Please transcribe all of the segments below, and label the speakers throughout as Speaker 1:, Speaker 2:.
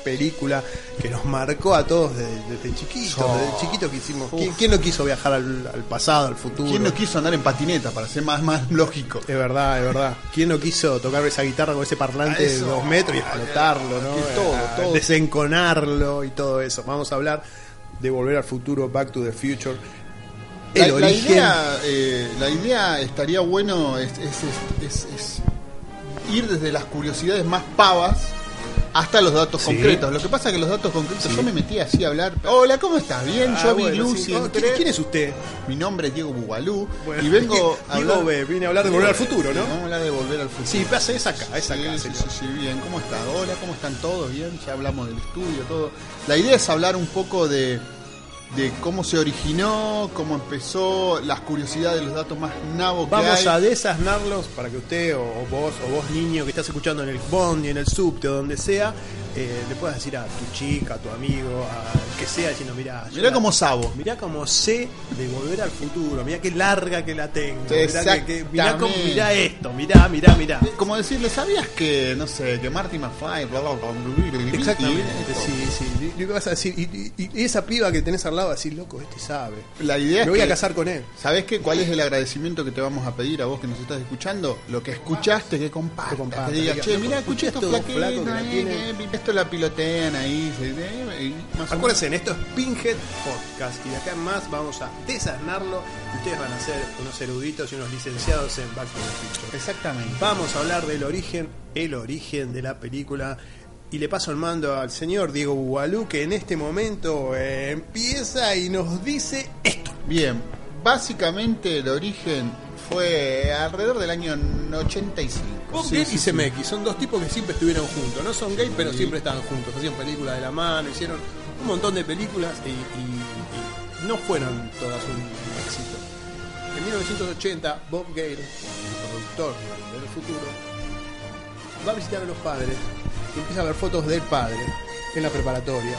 Speaker 1: película que nos marcó a todos desde, desde chiquitos, desde chiquitos que hicimos. ¿Quién, quién no quiso viajar al, al pasado, al futuro?
Speaker 2: ¿Quién no quiso andar en patineta para ser más, más lógico?
Speaker 1: Es verdad, es verdad. ¿Quién no quiso tocar esa guitarra con ese parlante
Speaker 2: A
Speaker 1: de
Speaker 2: eso.
Speaker 1: dos metros y explotarlo, no?
Speaker 2: Y todo,
Speaker 1: A
Speaker 2: todo.
Speaker 1: Desenconarlo y todo eso. Vamos a hablar de Volver al Futuro, Back to the Future. El
Speaker 2: La- la,
Speaker 1: origen.
Speaker 2: idea, eh, la idea estaría bueno es, es- es- es- es ir desde las curiosidades más pavas hasta los datos concretos. Lo que pasa es que los datos concretos, yo me metí así a hablar. Hola, ¿cómo estás? Bien,
Speaker 1: Ah,
Speaker 2: yo vi
Speaker 1: bueno,
Speaker 2: Lucy.
Speaker 1: sí. Oh, ¿quién,
Speaker 2: entré.
Speaker 1: quién es usted?
Speaker 2: Mi nombre es Diego Bugalú.
Speaker 1: Bueno,
Speaker 2: y vengo a
Speaker 1: Diego
Speaker 2: hablar...
Speaker 1: B, vine a hablar de Volver al Futuro, ¿no?
Speaker 2: Sí, vamos a hablar de Volver al Futuro.
Speaker 1: Sí, pasa, es acá, es acá,
Speaker 2: Sí, sí,
Speaker 1: señor.
Speaker 2: sí, sí, bien. ¿Cómo estás? Hola, ¿cómo están todos? Bien, ya hablamos del estudio, todo. La idea es hablar un poco de, de cómo se originó, cómo empezó, las curiosidades, los datos más nabos que
Speaker 1: Vamos
Speaker 2: hay.
Speaker 1: a desasnarlos para que usted o, o vos o vos niño que estás escuchando en el bondi, en el subte o donde sea, eh, le puedas decir a tu chica, a tu amigo, a el que sea, diciendo, mirá, yo
Speaker 2: Mirá
Speaker 1: la-
Speaker 2: cómo sabo.
Speaker 1: Mirá cómo sé de volver al futuro, mirá qué larga que la tengo, mirá, que- que- mirá cómo-
Speaker 2: Exactamente.
Speaker 1: mirá esto, mirá, mirá, mirá.
Speaker 2: Como decirle, ¿sabías que, no sé, que Marty McFly, bla, bla, bla, bla, bla, bla, bla,
Speaker 1: Exactamente,
Speaker 2: y-
Speaker 1: sí, sí. Y- y vas a decir, y, y- y esa piba que tenés al lado, así, loco, este sabe.
Speaker 2: La idea
Speaker 1: Me
Speaker 2: es
Speaker 1: voy a
Speaker 2: que-
Speaker 1: casar con él.
Speaker 2: ¿Sabés qué? ¿Cuál es el agradecimiento que te vamos a pedir a vos que nos estás escuchando? Lo que escuchaste, que compartas.
Speaker 1: Que
Speaker 2: Que,
Speaker 1: compartas,
Speaker 2: digas,
Speaker 1: diga,
Speaker 2: che,
Speaker 1: loco,
Speaker 2: mira,
Speaker 1: escuché
Speaker 2: escuché estos
Speaker 1: estos dos
Speaker 2: flaquitos,
Speaker 1: flacos que la
Speaker 2: eh,
Speaker 1: tienen".
Speaker 2: eh, esto la pilotean ahí. se- eh, y más o menos.
Speaker 1: Acuérdense, esto es Pinhead Podcast y de acá en más vamos a desasnarlo y ustedes van a ser unos eruditos y unos licenciados en Back to the Future.
Speaker 2: Exactamente.
Speaker 1: Vamos a hablar del origen, el origen de la película y le paso el mando al señor Diego Bugalú que en este momento eh, empieza y nos dice esto.
Speaker 2: Bien, básicamente el origen fue alrededor del año 85.
Speaker 1: Oh,
Speaker 2: Sí, sí, sí.
Speaker 1: CMX son dos tipos que siempre estuvieron juntos, no son gay pero siempre estaban juntos, hacían películas de la mano, hicieron un montón de películas y, y- y no fueron todas un éxito. En 1980, Bob Gale, el productor del futuro, va a visitar a los padres y empieza a ver fotos del padre en la preparatoria.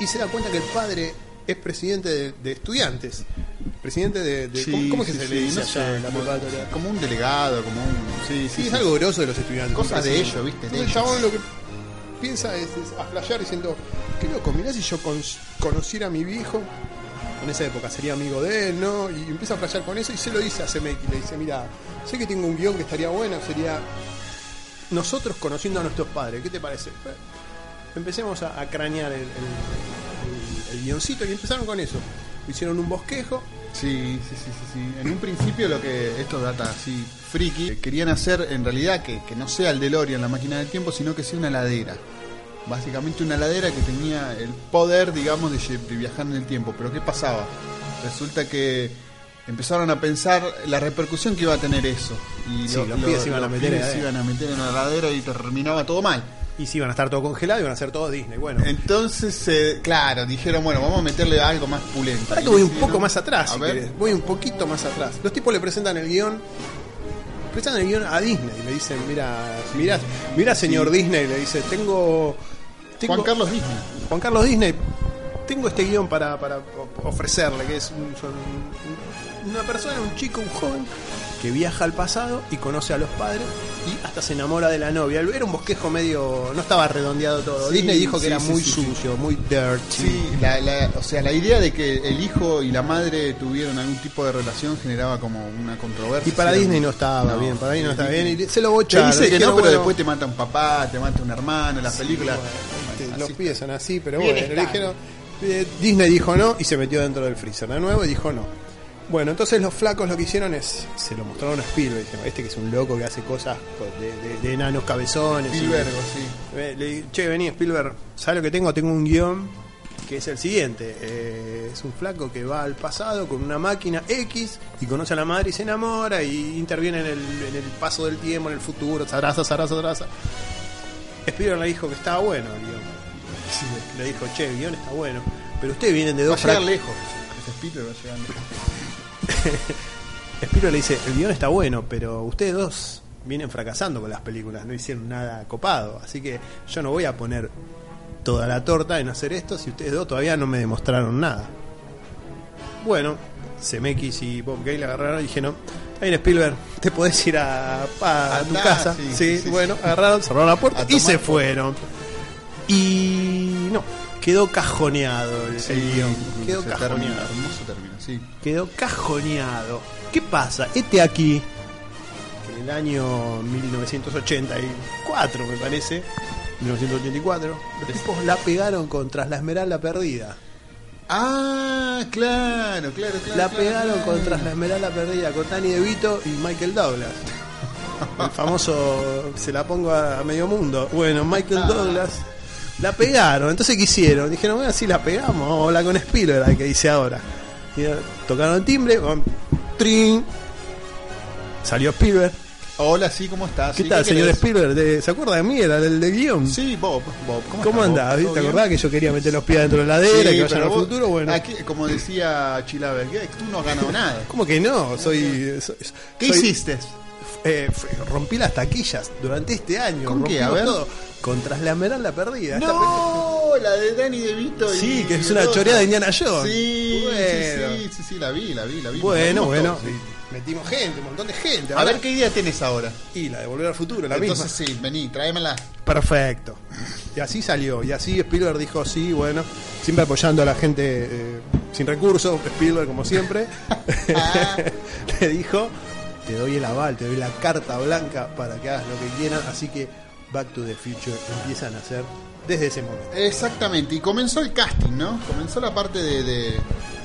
Speaker 1: Y se da cuenta que el padre es presidente de, de estudiantes. Presidente de. de-
Speaker 2: Sí,
Speaker 1: ¿cómo, cómo es
Speaker 2: sí,
Speaker 1: que se
Speaker 2: sí,
Speaker 1: le dice
Speaker 2: no
Speaker 1: allá
Speaker 2: sé,
Speaker 1: en la
Speaker 2: como-
Speaker 1: preparatoria?
Speaker 2: Como un delegado, como un. Sí,
Speaker 1: Sí, es algo grosso de los estudiantes.
Speaker 2: Cosas de
Speaker 1: Entonces,
Speaker 2: ellos, ¿viste? De
Speaker 1: El
Speaker 2: ellos.
Speaker 1: chabón lo que piensa es, es a flashear diciendo, qué loco, mirá si yo con- conociera a mi viejo, en esa época sería amigo de él, ¿no? Y empieza a flashear con eso y se lo dice a CMX, le dice, mira, sé que tengo un guión que estaría bueno, sería nosotros conociendo a nuestros padres, ¿qué te parece? Bueno, Empecemos a, a cranear el, el- el- el guioncito y empezaron con eso. Hicieron un bosquejo,
Speaker 2: Sí, sí, sí, sí, sí. En un principio lo que esto data así friki, eh, querían hacer en realidad que, que no sea el DeLorean, la máquina del tiempo, sino que sea una ladera. Básicamente una ladera que tenía el poder, digamos, de, lle- de viajar en el tiempo. Pero ¿qué pasaba? Resulta que empezaron a pensar la repercusión que iba a tener eso. Y
Speaker 1: Sí, los pibes se iban a meter
Speaker 2: pibes
Speaker 1: en la
Speaker 2: se
Speaker 1: ladera.
Speaker 2: iban a meter en la ladera y terminaba todo mal.
Speaker 1: y si iban a estar todo congelado, iban a ser todo Disney, bueno.
Speaker 2: Entonces, eh, claro, dijeron, bueno, vamos a meterle algo más pulento.
Speaker 1: Ahora que voy
Speaker 2: Y
Speaker 1: un
Speaker 2: sí,
Speaker 1: poco
Speaker 2: ¿no?
Speaker 1: más atrás,
Speaker 2: A
Speaker 1: si
Speaker 2: ver.
Speaker 1: querés. Voy un poquito más atrás. Los tipos le presentan el guión. Presentan el guión a Disney. Le dicen, mira, mira, mira señor Disney. Le dice, tengo, tengo-
Speaker 2: Juan Carlos Disney.
Speaker 1: Juan Carlos Disney, tengo este guión para, para o- ofrecerle, que es un- son un- una persona, un chico, un joven, que viaja al pasado y conoce a los padres y hasta se enamora de la novia. Era un bosquejo medio, no estaba redondeado todo.
Speaker 2: Sí,
Speaker 1: Disney dijo que
Speaker 2: sí,
Speaker 1: era
Speaker 2: sí,
Speaker 1: muy
Speaker 2: sí, sí.
Speaker 1: sucio, muy dirty.
Speaker 2: Sí, la, la- o sea, la idea de que el hijo y la madre tuvieron algún tipo de relación generaba como una controversia.
Speaker 1: Y para
Speaker 2: Era
Speaker 1: Disney
Speaker 2: muy-
Speaker 1: no estaba bien, para Disney no estaba bien. Y se lo
Speaker 2: Te
Speaker 1: bocharon.
Speaker 2: dice que no,
Speaker 1: dijeron,
Speaker 2: pero
Speaker 1: bueno,
Speaker 2: después te mata un papá, te mata un hermano, la película.
Speaker 1: este,
Speaker 2: Bueno,
Speaker 1: los
Speaker 2: así
Speaker 1: pibes son así, pero
Speaker 2: Bien
Speaker 1: bueno, le
Speaker 2: están.
Speaker 1: dijeron, eh, Disney dijo no y se metió dentro del freezer de nuevo y dijo no. Bueno, entonces los flacos lo que hicieron es, se lo mostraron a Spielberg, dijeron, este que es un loco que hace cosas con- de, de- de enanos cabezones. y-
Speaker 2: Spielberg, sí.
Speaker 1: Eh, Le dije, che, vení Spielberg, ¿sabes lo que tengo? Tengo un guión que es el siguiente. Eh, es un flaco que va al pasado con una máquina X y conoce a la madre y se enamora y interviene en el, en el paso del tiempo, en el futuro, zaraza, zaraza, zaraza. Spielberg le dijo que estaba bueno el guión. Le dijo, che, el guión está bueno. Pero ustedes vienen de
Speaker 2: Va a
Speaker 1: dos
Speaker 2: llegar
Speaker 1: frac-
Speaker 2: lejos. Ese Spielberg va a llegar lejos.
Speaker 1: Spiro le dice, el guión está bueno, pero ustedes dos vienen fracasando con las películas, no hicieron nada copado, así que yo no voy a poner toda la torta en hacer esto si ustedes dos todavía no me demostraron nada. Bueno, Zemeckis y Bob Gale agarraron y dijeron, está bien Spielberg, te podés ir a, a tu
Speaker 2: Andá,
Speaker 1: casa.
Speaker 2: Ah, sí,
Speaker 1: Sí,
Speaker 2: sí, sí,
Speaker 1: bueno, agarraron, cerraron la
Speaker 2: A
Speaker 1: puerta y
Speaker 2: tomar
Speaker 1: se
Speaker 2: por-
Speaker 1: fueron. Y no, quedó cajoneado el, el guión, quedó
Speaker 2: se
Speaker 1: cajoneado
Speaker 2: termina, hermoso término, sí.
Speaker 1: quedó cajoneado. ¿Qué pasa? Este aquí, en el año 1984 me parece, 1984, los tipos la pegaron contra la Esmeralda Perdida.
Speaker 2: Ah, claro, claro, claro.
Speaker 1: La
Speaker 2: claro,
Speaker 1: pegaron
Speaker 2: claro.
Speaker 1: contra la Esmeralda Perdida con Danny DeVito y Michael Douglas. El famoso se la pongo a a medio mundo. Bueno, Michael
Speaker 2: Ah.
Speaker 1: Douglas la pegaron. Entonces, ¿qué hicieron? Dijeron, bueno, sí la pegamos. Vamos a hablar con Spielberg, al que dice ahora. Y, eh, tocaron el timbre, bam, trin. Salió Spielberg.
Speaker 2: Hola, sí, ¿cómo estás?
Speaker 1: ¿Qué
Speaker 2: Sí,
Speaker 1: tal, señor
Speaker 2: querés?
Speaker 1: Spielberg? ¿Te- ¿Se acuerda de mí? Era del de guión.
Speaker 2: Sí, Bob, Bob. ¿Cómo,
Speaker 1: ¿Cómo
Speaker 2: estás, Bob?
Speaker 1: andás?
Speaker 2: ¿Todo
Speaker 1: ¿Te
Speaker 2: bien?
Speaker 1: acordás que yo quería meter los pies dentro de la heladera,
Speaker 2: Sí,
Speaker 1: que vayan
Speaker 2: pero
Speaker 1: al
Speaker 2: vos-
Speaker 1: futuro? Bueno,
Speaker 2: aquí, como decía Chilaver, ¿qué? tú no has ganado nada.
Speaker 1: ¿cómo que no? Soy. soy-
Speaker 2: ¿Qué
Speaker 1: soy-
Speaker 2: hiciste?
Speaker 1: Eh, f- rompí las taquillas durante este año.
Speaker 2: ¿Con qué?
Speaker 1: rompimos
Speaker 2: A ver.
Speaker 1: todo. Con Tras la Esmeralda Perdida. Esta
Speaker 2: No, la de Danny DeVito. y-
Speaker 1: Sí, que es
Speaker 2: y
Speaker 1: una
Speaker 2: todo.
Speaker 1: choreada de Indiana Jones.
Speaker 2: Sí,
Speaker 1: Bueno.
Speaker 2: sí, sí, sí, sí, la vi, la vi, la vi.
Speaker 1: peli- Bueno,
Speaker 2: Nos vimos
Speaker 1: bueno.
Speaker 2: todos, sí.
Speaker 1: y Metimos gente, un montón de gente.
Speaker 2: A ver qué idea tenés ahora.
Speaker 1: Y la de Volver al Futuro, la
Speaker 2: Entonces
Speaker 1: misma.
Speaker 2: sí, vení, tráemela.
Speaker 1: Perfecto. Y así salió. Y así Spielberg dijo, sí, bueno. Siempre apoyando a la gente eh, sin recursos. Spielberg, como siempre, le dijo, te doy el aval, te doy la carta blanca para que hagas lo que quieras. Así que Back to the Future empiezan a hacer desde ese momento.
Speaker 2: Exactamente, y comenzó el casting, ¿no? Comenzó la parte de, de-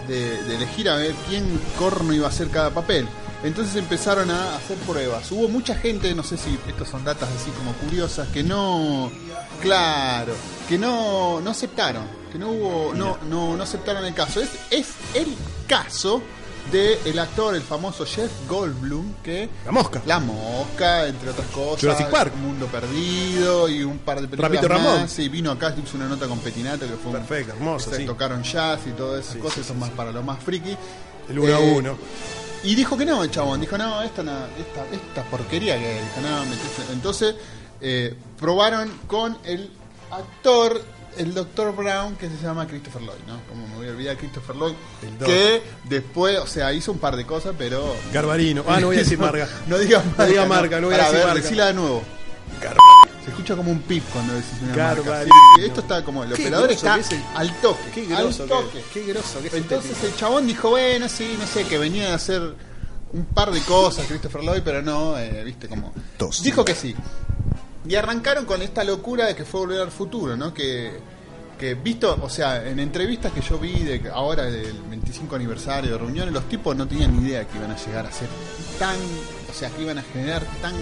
Speaker 2: de- de elegir a ver quién corno iba a hacer cada papel. Entonces empezaron a hacer pruebas. Hubo mucha gente, no sé si estos son datas así como curiosas, que no, claro, que no, no aceptaron, que no hubo, no, no, no aceptaron el caso. Es, es el caso del actor, el famoso Jeff Goldblum, que
Speaker 1: La mosca.
Speaker 2: la mosca, entre otras cosas.
Speaker 1: Jurassic Park.
Speaker 2: Mundo Perdido y un par de películas
Speaker 1: Rapito
Speaker 2: más.
Speaker 1: Ramón.
Speaker 2: Sí, vino acá, hizo una nota con Petinato que fue un-
Speaker 1: Perfecto, hermoso,
Speaker 2: se
Speaker 1: sí.
Speaker 2: tocaron jazz y todas esas
Speaker 1: Sí,
Speaker 2: cosas,
Speaker 1: sí,
Speaker 2: eso
Speaker 1: sí,
Speaker 2: más
Speaker 1: sí.
Speaker 2: para lo más friki.
Speaker 1: El uno a
Speaker 2: Eh,
Speaker 1: uno.
Speaker 2: Y dijo que no, el chabón. Dijo, no, esta, no- esta, esta porquería que dijo, no, metiste". Entonces, eh, probaron con el actor, el doctor Brown, que se llama Christopher Lloyd, ¿no? Como me voy a olvidar, Christopher Lloyd.
Speaker 1: El doc.
Speaker 2: Que después, o sea, hizo un par de cosas, pero.
Speaker 1: Garbarino. Ah, no voy a decir marga.
Speaker 2: no digas marca.
Speaker 1: diga marca, no voy a
Speaker 2: Pará,
Speaker 1: decir
Speaker 2: ver,
Speaker 1: marca.
Speaker 2: decila de nuevo. Se escucha como un pip cuando decís una marca. Sí,
Speaker 1: Garbarino.
Speaker 2: sí, esto está como, el
Speaker 1: Qué
Speaker 2: operador
Speaker 1: groso
Speaker 2: está
Speaker 1: que es el-
Speaker 2: al toque.
Speaker 1: Qué
Speaker 2: al
Speaker 1: groso
Speaker 2: toque.
Speaker 1: que, qué groso que es este
Speaker 2: Entonces
Speaker 1: tipo.
Speaker 2: el chabón dijo, bueno, sí, no sé, que venía a hacer un par de cosas, Christopher Lloyd, pero no, eh, viste como...
Speaker 1: Tos.
Speaker 2: Dijo que sí. Y arrancaron con esta locura de que fue volver al futuro, ¿no? Que, que visto, o sea, en entrevistas que yo vi de ahora del 25 aniversario de reuniones, los tipos no tenían ni idea que iban a llegar a ser tan, o sea, que iban a generar tan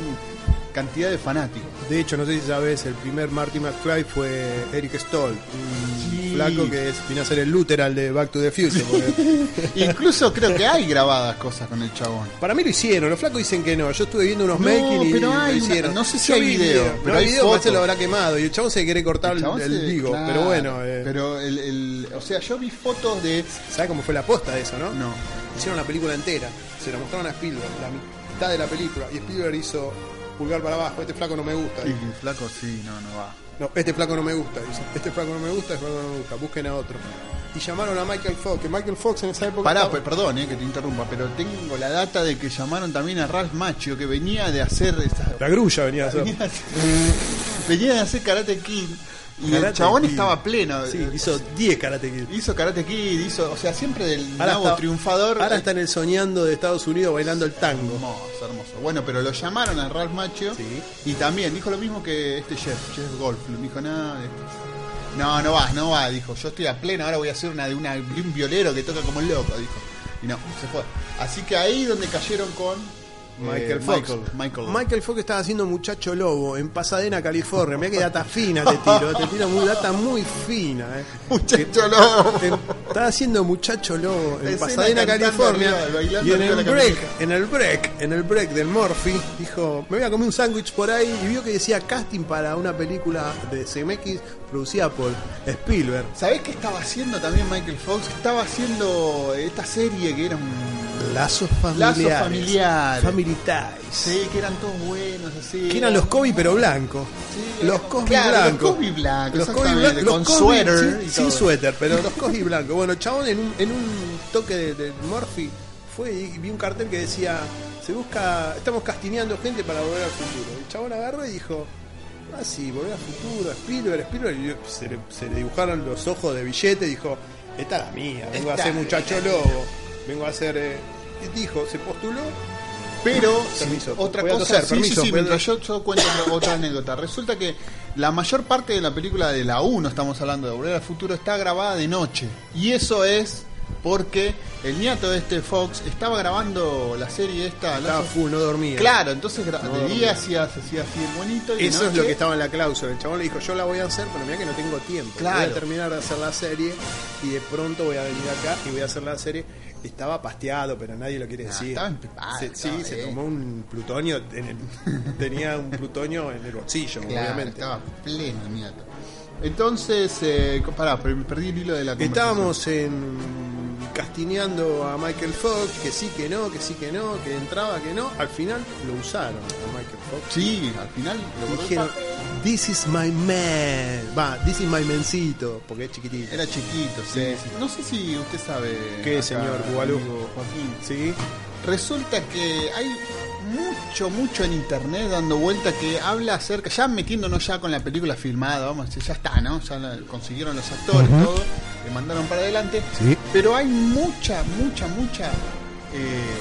Speaker 2: cantidad de fanáticos.
Speaker 1: De hecho, no sé si sabes, el primer Marty McFly fue Eric Stoll, un
Speaker 2: Sí.
Speaker 1: flaco que es, vino a ser el Lutheral de Back to the Future. porque-
Speaker 2: Incluso creo que hay grabadas cosas con el chabón.
Speaker 1: para mí lo hicieron, los flacos dicen que no. Yo estuve viendo unos
Speaker 2: No,
Speaker 1: making y
Speaker 2: pero
Speaker 1: lo
Speaker 2: hay una-
Speaker 1: hicieron.
Speaker 2: no sé si
Speaker 1: Yo
Speaker 2: hay
Speaker 1: vi
Speaker 2: video, pero
Speaker 1: no
Speaker 2: hay
Speaker 1: video más se
Speaker 2: fotos.
Speaker 1: lo habrá quemado y el chabón se quiere cortar el,
Speaker 2: chabón
Speaker 1: el
Speaker 2: se-
Speaker 1: digo.
Speaker 2: claro,
Speaker 1: pero bueno, eh,
Speaker 2: Pero el, el- O sea, yo vi fotos de.
Speaker 1: ¿sabes cómo fue la posta de eso, no?
Speaker 2: No.
Speaker 1: Hicieron la película entera, se la mostraron a Spielberg, la mitad de la película. Y Spielberg hizo pulgar para abajo, este flaco no me gusta.
Speaker 2: Y flaco, sí, no, no va.
Speaker 1: No, este flaco no me gusta, dice. Este flaco no me gusta, este flaco no me gusta. Busquen a otro. Y llamaron a Michael Fox, que Michael Fox en esa época.
Speaker 2: Pará,
Speaker 1: estaba-
Speaker 2: pe- perdón eh, que te interrumpa, pero tengo la data de que llamaron también a Ralph Macchio, que venía de hacer. esa-
Speaker 1: La grulla venía a hacer.
Speaker 2: venía, de hacer- venía de hacer Karate Kid. Y el
Speaker 1: Karate
Speaker 2: chabón
Speaker 1: Kid.
Speaker 2: estaba pleno. eh,
Speaker 1: Sí, hizo 10 Karate Kid.
Speaker 2: Hizo Karate Kid, hizo. O sea, siempre del nabo
Speaker 1: está-
Speaker 2: triunfador. eh.
Speaker 1: Ahora está en el soñando de Estados Unidos bailando el tango. Eh,
Speaker 2: Hermoso, hermoso. Bueno, pero lo llamaron a Ralph Macchio
Speaker 1: Sí.
Speaker 2: y también dijo lo mismo que este Jeff, Jeff Goldblum. Dijo, no, eh, no, no vas, no vas. Dijo, yo estoy a pleno, ahora voy a hacer una de una, de un violero que toca como un loco, dijo. Y no, se fue. Así que ahí donde cayeron con
Speaker 1: Michael
Speaker 2: eh,
Speaker 1: Fox.
Speaker 2: Michael, Michael.
Speaker 1: Michael Fox estaba haciendo Muchacho Lobo en Pasadena, California. Mirá que data fina te tiro. Te tiro muy, data muy fina. Eh.
Speaker 2: Muchacho loco.
Speaker 1: Te- Estaba haciendo Muchacho Lobo en
Speaker 2: Escena
Speaker 1: Pasadena,
Speaker 2: cantando
Speaker 1: California.
Speaker 2: arriba, bailando
Speaker 1: Y en
Speaker 2: arriba de
Speaker 1: el
Speaker 2: la
Speaker 1: break,
Speaker 2: camioneta.
Speaker 1: en el break, en el break del Murphy, dijo, me voy a comer un sándwich por ahí y vio que decía casting para una película de CMX producida por Spielberg.
Speaker 2: ¿Sabés qué estaba haciendo también Michael Fox? Estaba haciendo esta serie que era un.
Speaker 1: Lazos familiares.
Speaker 2: Lazos familiares.
Speaker 1: Family ties.
Speaker 2: Sí, que eran todos buenos, así.
Speaker 1: Que eran los Kobe pero blancos.
Speaker 2: Sí,
Speaker 1: los
Speaker 2: claro,
Speaker 1: Kobe
Speaker 2: los
Speaker 1: blancos.
Speaker 2: Cosby blancos,
Speaker 1: Los Kobe
Speaker 2: exactamente,
Speaker 1: blancos.
Speaker 2: con
Speaker 1: los Kobe,
Speaker 2: suéter
Speaker 1: sí,
Speaker 2: y
Speaker 1: sin
Speaker 2: todo.
Speaker 1: suéter, pero los Kobe blancos. Bueno, chabón en un, en un toque de, de Murphy fue y vi un cartel que decía, se busca, estamos castineando gente para volver al futuro. El chabón agarró y dijo, ah sí, volver al futuro, Spielberg, Spielberg, y se le, se le dibujaron los ojos de billete y dijo, esta es la mía, vengo
Speaker 2: Esta
Speaker 1: a ser
Speaker 2: es
Speaker 1: muchacho
Speaker 2: la
Speaker 1: lobo, vengo a ser... eh", y dijo, se postuló
Speaker 2: Pero
Speaker 1: Sí, permiso,
Speaker 2: otra
Speaker 1: voy a
Speaker 2: cosa,
Speaker 1: toser,
Speaker 2: sí,
Speaker 1: permiso,
Speaker 2: sí, sí,
Speaker 1: voy a-
Speaker 2: mientras yo, yo cuento otra- otra anécdota. Resulta que la mayor parte de la película de la 1, estamos hablando de Volver al Futuro, está grabada de noche. Y eso es porque el nieto de este Fox estaba grabando la serie esta.
Speaker 1: Estaba
Speaker 2: Lazos-
Speaker 1: full, no dormía.
Speaker 2: Claro, entonces gra-
Speaker 1: No
Speaker 2: de
Speaker 1: dormía.
Speaker 2: día hacía, se hacía así el bonito. Y de
Speaker 1: Eso es
Speaker 2: noche-
Speaker 1: lo que estaba en la cláusula. El chabón le dijo, yo la voy a hacer, pero mira que no tengo tiempo. Voy a
Speaker 2: Claro.
Speaker 1: terminar de hacer la serie y de pronto voy a venir acá y voy a hacer la serie. Estaba pasteado, pero nadie lo quiere
Speaker 2: Nah,
Speaker 1: decir.
Speaker 2: estaba empipado,
Speaker 1: Se- sí,
Speaker 2: estaba
Speaker 1: se
Speaker 2: bien.
Speaker 1: tomó un plutonio, en el- tenía un plutonio en el bolsillo,
Speaker 2: Claro,
Speaker 1: obviamente.
Speaker 2: Estaba pleno el nieto. Entonces, eh, co- pará, per- perdí el hilo de la conversación.
Speaker 1: Estábamos en castineando a Michael Fox, que sí, que no, que sí, que no, que entraba, que no. Al final lo usaron a Michael Fox.
Speaker 2: Sí, al final lo borró el
Speaker 1: Dijeron,
Speaker 2: papel.
Speaker 1: this is my man. Va, this is my mencito, porque es chiquitito.
Speaker 2: Era chiquito, sí. sí. No sé si usted sabe.
Speaker 1: ¿Qué,
Speaker 2: acá,
Speaker 1: señor Bugalú?
Speaker 2: amigo Joaquín.
Speaker 1: ¿Sí?
Speaker 2: Resulta que hay mucho, mucho en internet dando vuelta que habla acerca. Ya metiéndonos ya con la película filmada, vamos a decir, ya está, ¿no? Ya la- consiguieron los actores, todo. Le mandaron para adelante.
Speaker 1: Sí.
Speaker 2: Pero hay mucha, mucha, mucha. eh,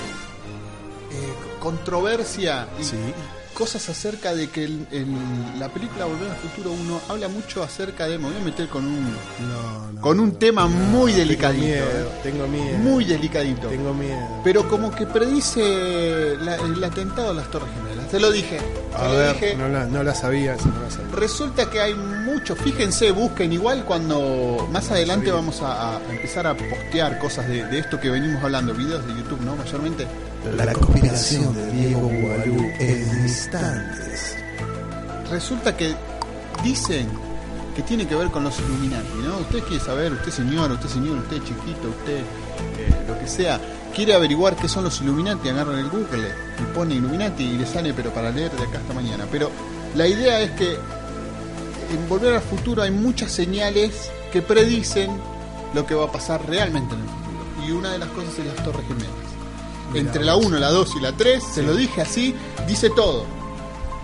Speaker 2: eh, controversia y,
Speaker 1: Sí.
Speaker 2: y cosas acerca de que el- el- la película Volver al Futuro 1 habla mucho acerca de. Me voy a meter con un
Speaker 1: No, no.
Speaker 2: con un tema muy delicadito.
Speaker 1: Ah, Tengo miedo, tengo
Speaker 2: eh.
Speaker 1: miedo.
Speaker 2: Muy delicadito.
Speaker 1: Tengo miedo.
Speaker 2: Pero como que predice la- el atentado a las Torres Gemelas. Te lo dije. Te
Speaker 1: A
Speaker 2: lo
Speaker 1: ver,
Speaker 2: dije.
Speaker 1: no la, no la sabía, esa no la sabía.
Speaker 2: Resulta que hay mucho, fíjense, busquen igual cuando más adelante vamos a, a empezar a postear cosas de, de esto que venimos hablando, videos de YouTube, ¿no? Mayormente.
Speaker 1: La conspiración de Diego Gualú en instantes.
Speaker 2: Resulta que dicen que tiene que ver con los Illuminati, ¿no? Usted quiere saber, usted señor, usted señor, usted chiquito, usted eh, lo que sea, quiere averiguar qué son los Illuminati, agarra en el Google y pone Illuminati y le sale, pero para leer de acá hasta mañana. Pero la idea es que en Volver al Futuro hay muchas señales que predicen lo que va a pasar realmente en el futuro. Y una de las cosas es las Torres Gemelas. Entre la 1, la 2 y la 3, se lo dije así, dice todo.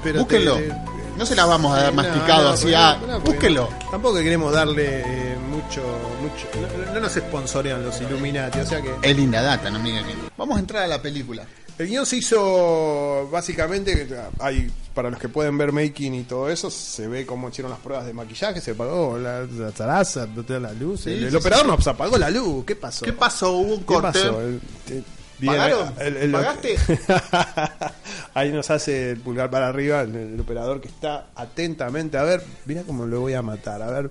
Speaker 1: Pero
Speaker 2: Búsquenlo.
Speaker 1: te-
Speaker 2: No se las vamos a dar
Speaker 1: No,
Speaker 2: masticado
Speaker 1: no,
Speaker 2: así.
Speaker 1: porque-
Speaker 2: ah,
Speaker 1: no, porque
Speaker 2: búsquenlo.
Speaker 1: Tampoco queremos darle eh, mucho. mucho no, no nos sponsorean los Illuminati, o sea que.
Speaker 2: Es linda data, no me digan que no. Vamos a entrar a la película.
Speaker 1: El guión se hizo básicamente, hay, para los que pueden ver making y todo eso, se ve cómo hicieron las pruebas de maquillaje, se apagó la, la zaraza, toda la luz,
Speaker 2: Sí,
Speaker 1: el,
Speaker 2: sí,
Speaker 1: el
Speaker 2: sí,
Speaker 1: operador
Speaker 2: sí.
Speaker 1: nos apagó la luz, ¿qué pasó?
Speaker 2: ¿Qué pasó? Hubo un
Speaker 1: ¿Qué
Speaker 2: corte.
Speaker 1: pasó? El- te-
Speaker 2: ¿Pagaron? ¿Pagaste?
Speaker 1: Ahí nos hace el pulgar para arriba el, el operador que está atentamente. A ver, mira cómo lo voy a matar. A ver,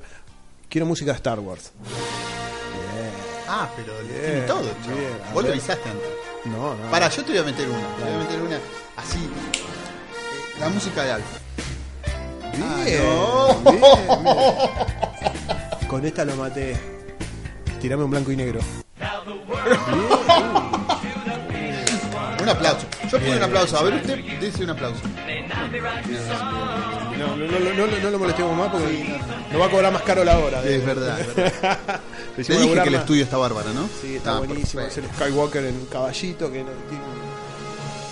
Speaker 1: quiero música de Star Wars.
Speaker 2: Ah, pero le
Speaker 1: Bien,
Speaker 2: tiene todo,
Speaker 1: bien, Ah.
Speaker 2: chavo.
Speaker 1: a
Speaker 2: Vos lo
Speaker 1: ver.
Speaker 2: avisaste antes.
Speaker 1: No, no.
Speaker 2: Para, yo te voy a meter una. Te voy a meter una así. eh, La música de Alfa.
Speaker 1: Bien,
Speaker 2: no.
Speaker 1: bien, bien. Con esta lo maté. Tirame un blanco y negro.
Speaker 2: Un aplauso. Yo pido un aplauso. A ver, usted dice un aplauso.
Speaker 1: No, no, no, no, no, no lo molestemos más porque nos va a cobrar más caro la hora.
Speaker 2: Es verdad. es verdad.
Speaker 1: Le
Speaker 2: Te
Speaker 1: hicimos
Speaker 2: dije
Speaker 1: laburar
Speaker 2: que el
Speaker 1: más.
Speaker 2: estudio está bárbaro, ¿no?
Speaker 1: Sí, está
Speaker 2: Ah,
Speaker 1: buenísimo. Es
Speaker 2: perfecto.
Speaker 1: el Skywalker en un caballito que no tiene. un-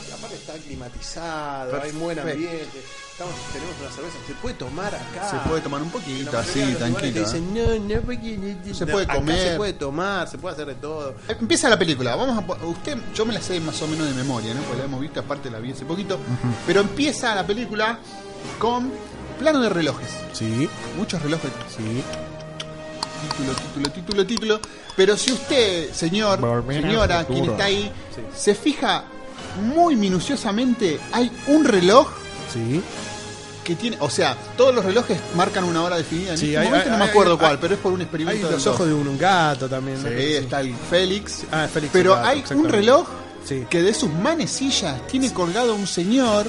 Speaker 1: y aparte está climatizado, hay buen
Speaker 2: Perfecto.
Speaker 1: ambiente. Estamos, tenemos una cerveza, se puede tomar acá.
Speaker 2: Se puede tomar un poquito,
Speaker 1: La mayoría
Speaker 2: así,
Speaker 1: de los lugares te
Speaker 2: tranquilo. ¿eh?
Speaker 1: Dicen, no, no, porque no- no".
Speaker 2: Se puede
Speaker 1: Acá
Speaker 2: comer.
Speaker 1: se puede tomar, se puede hacer de todo.
Speaker 2: ¿eh? Empieza la película. Vamos a, po- usted, yo me la sé más o menos de memoria, ¿no? Porque la hemos visto, aparte la vi hace poquito. Pero empieza la película con plano de relojes.
Speaker 1: Sí,
Speaker 2: Muchos relojes.
Speaker 1: sí.
Speaker 2: Título, título, título, título. Pero si usted, señor,
Speaker 1: Volver al
Speaker 2: señora,
Speaker 1: futuro.
Speaker 2: quien está ahí,
Speaker 1: Sí.
Speaker 2: se fija muy minuciosamente, hay un reloj
Speaker 1: Sí.
Speaker 2: que tiene, o sea, todos los relojes marcan una hora definida. En
Speaker 1: Sí,
Speaker 2: este
Speaker 1: hay-
Speaker 2: momento
Speaker 1: hay-
Speaker 2: no me
Speaker 1: hay-
Speaker 2: acuerdo
Speaker 1: hay-
Speaker 2: cuál,
Speaker 1: hay-
Speaker 2: pero es por un experimento.
Speaker 1: Hay
Speaker 2: del
Speaker 1: los
Speaker 2: dos.
Speaker 1: ojos de un, un gato también. ¿no?
Speaker 2: Sí, está el Félix.
Speaker 1: Ah, el Félix
Speaker 2: Pero
Speaker 1: el gato,
Speaker 2: hay un
Speaker 1: exactamente.
Speaker 2: reloj
Speaker 1: Sí.
Speaker 2: que de sus manecillas tiene colgado un señor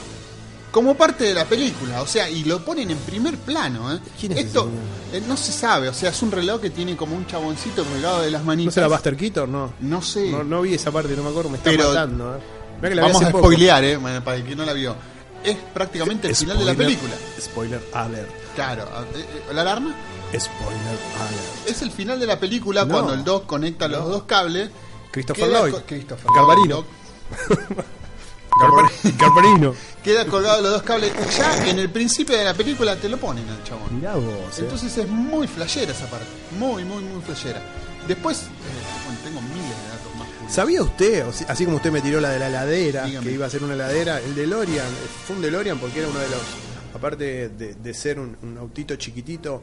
Speaker 2: como parte de la película. O sea, y lo ponen en primer plano. ¿eh?
Speaker 1: ¿Quién es ese
Speaker 2: Esto
Speaker 1: señor?
Speaker 2: eh, no se sabe. O sea, es un reloj que tiene como un chaboncito colgado de las
Speaker 1: ¿No
Speaker 2: manitas.
Speaker 1: será Buster Keaton? No.
Speaker 2: No sé.
Speaker 1: No, no vi esa parte, no me acuerdo, me está
Speaker 2: Pero-
Speaker 1: matando. ¿eh? Mirá que la vi
Speaker 2: Vamos
Speaker 1: hace
Speaker 2: a
Speaker 1: poco.
Speaker 2: spoilear, ¿eh? bueno, para el que no la vio. Es prácticamente el final de la
Speaker 1: Spoiler-
Speaker 2: película.
Speaker 1: Spoiler alert.
Speaker 2: Claro. eh, eh, ¿La alarma?
Speaker 1: Spoiler alert.
Speaker 2: Es el final de la película
Speaker 1: No.
Speaker 2: cuando el Doc conecta los dos cables.
Speaker 1: Christopher
Speaker 2: Queda
Speaker 1: Lloyd.
Speaker 2: co- Christopher
Speaker 1: Garbarino.
Speaker 2: Lloyd.
Speaker 1: Garbarino. Garbarino.
Speaker 2: Queda colgado los dos cables. Y Ya en el principio de la película te lo ponen al chabón.
Speaker 1: Mirá vos. eh.
Speaker 2: Entonces es muy flashera esa parte. Muy, muy, muy flashera. Después, eh, bueno, tengo miles de datos más. curiosos.
Speaker 1: ¿Sabía usted, o si- así como usted me tiró la de la heladera,
Speaker 2: Dígame.
Speaker 1: que iba a ser una heladera, el DeLorean, eh, fue un DeLorean porque era uno de los, aparte de, de ser un, un autito chiquitito,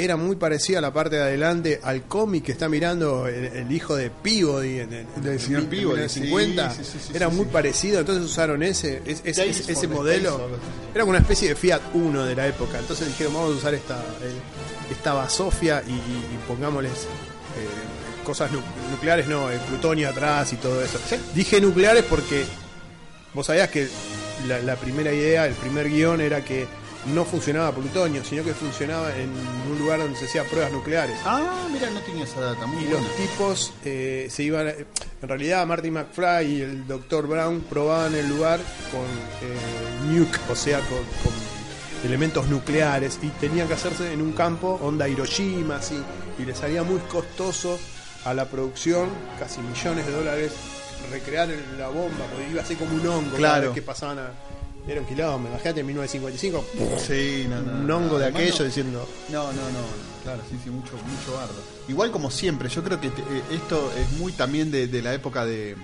Speaker 1: era muy parecida a la parte de adelante al cómic que está mirando el, el hijo de Peabody en el,
Speaker 2: Del señor
Speaker 1: en
Speaker 2: Peabody,
Speaker 1: 1950.
Speaker 2: sí, sí, sí, sí,
Speaker 1: era
Speaker 2: sí,
Speaker 1: muy
Speaker 2: sí.
Speaker 1: parecido, entonces usaron ese, es- es-
Speaker 2: Days
Speaker 1: es-
Speaker 2: for
Speaker 1: ese
Speaker 2: the
Speaker 1: modelo.
Speaker 2: Days of the-
Speaker 1: Era como una especie de Fiat 1 de la época, entonces dijeron vamos a usar esta, eh, esta basofia y, y pongámosles... eh, cosas nu- nucleares, no, el plutonio atrás y todo eso. Dije nucleares porque vos sabías que la, la primera idea, el primer guión era que no funcionaba plutonio, sino que funcionaba en un lugar donde se hacían pruebas nucleares.
Speaker 2: Ah, mira, no tenía esa data. Muy
Speaker 1: Y
Speaker 2: buena.
Speaker 1: los tipos eh, se iban. a- En realidad, Marty McFly y el Dr. Brown probaban el lugar con eh, nuke, o sea, con, con elementos nucleares. Y tenían que hacerse en un campo, onda Hiroshima, así. Y les salía muy costoso a la producción, casi millones de dólares, recrear el- la bomba, porque iba a ser como un hongo. cada
Speaker 2: Claro.
Speaker 1: vez que pasaban a. Era un quilombo, imagínate, en 1955.
Speaker 2: Sí, no, no, no,
Speaker 1: un
Speaker 2: no,
Speaker 1: hongo de
Speaker 2: además
Speaker 1: aquello
Speaker 2: no.
Speaker 1: diciendo.
Speaker 2: No, no, no, claro, sí, sí, mucho, mucho bardo. Igual como siempre, yo creo que te- eh, esto es muy también de, de la época de,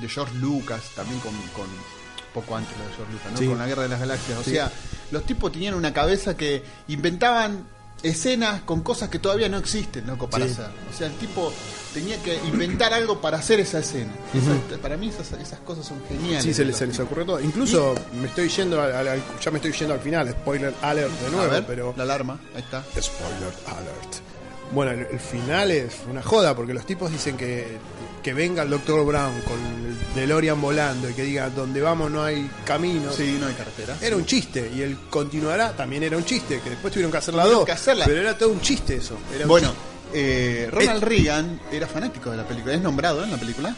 Speaker 2: de George Lucas, también con, con- poco antes lo de George Lucas, ¿no?
Speaker 1: Sí.
Speaker 2: Con la Guerra de las Galaxias. O
Speaker 1: Sí.
Speaker 2: sea, los tipos tenían una cabeza que inventaban escenas con cosas que todavía no existen, loco, para
Speaker 1: Sí.
Speaker 2: hacer. O sea, el tipo tenía que inventar algo para hacer esa escena. Esa- para mí esas, esas cosas son geniales.
Speaker 1: Sí, se les,
Speaker 2: Los
Speaker 1: se les
Speaker 2: tipos.
Speaker 1: ocurrió todo. Incluso me estoy yendo al, al- al- ya me estoy yendo al final, spoiler alert de
Speaker 2: A
Speaker 1: nuevo,
Speaker 2: ver,
Speaker 1: pero
Speaker 2: la alarma, ahí está.
Speaker 1: spoiler alert. Bueno, el, el final es una joda porque los tipos dicen que que venga el Dr. Brown con el DeLorean volando y que diga donde vamos no hay camino.
Speaker 2: Sí, no hay carretera.
Speaker 1: Era un chiste y el continuará también era un chiste, que después tuvieron que hacer la dos.
Speaker 2: que hacerla.
Speaker 1: Pero era todo un chiste eso. era un
Speaker 2: Bueno,
Speaker 1: chiste.
Speaker 2: eh, Ronald Reagan era fanático de la película, es nombrado en la película.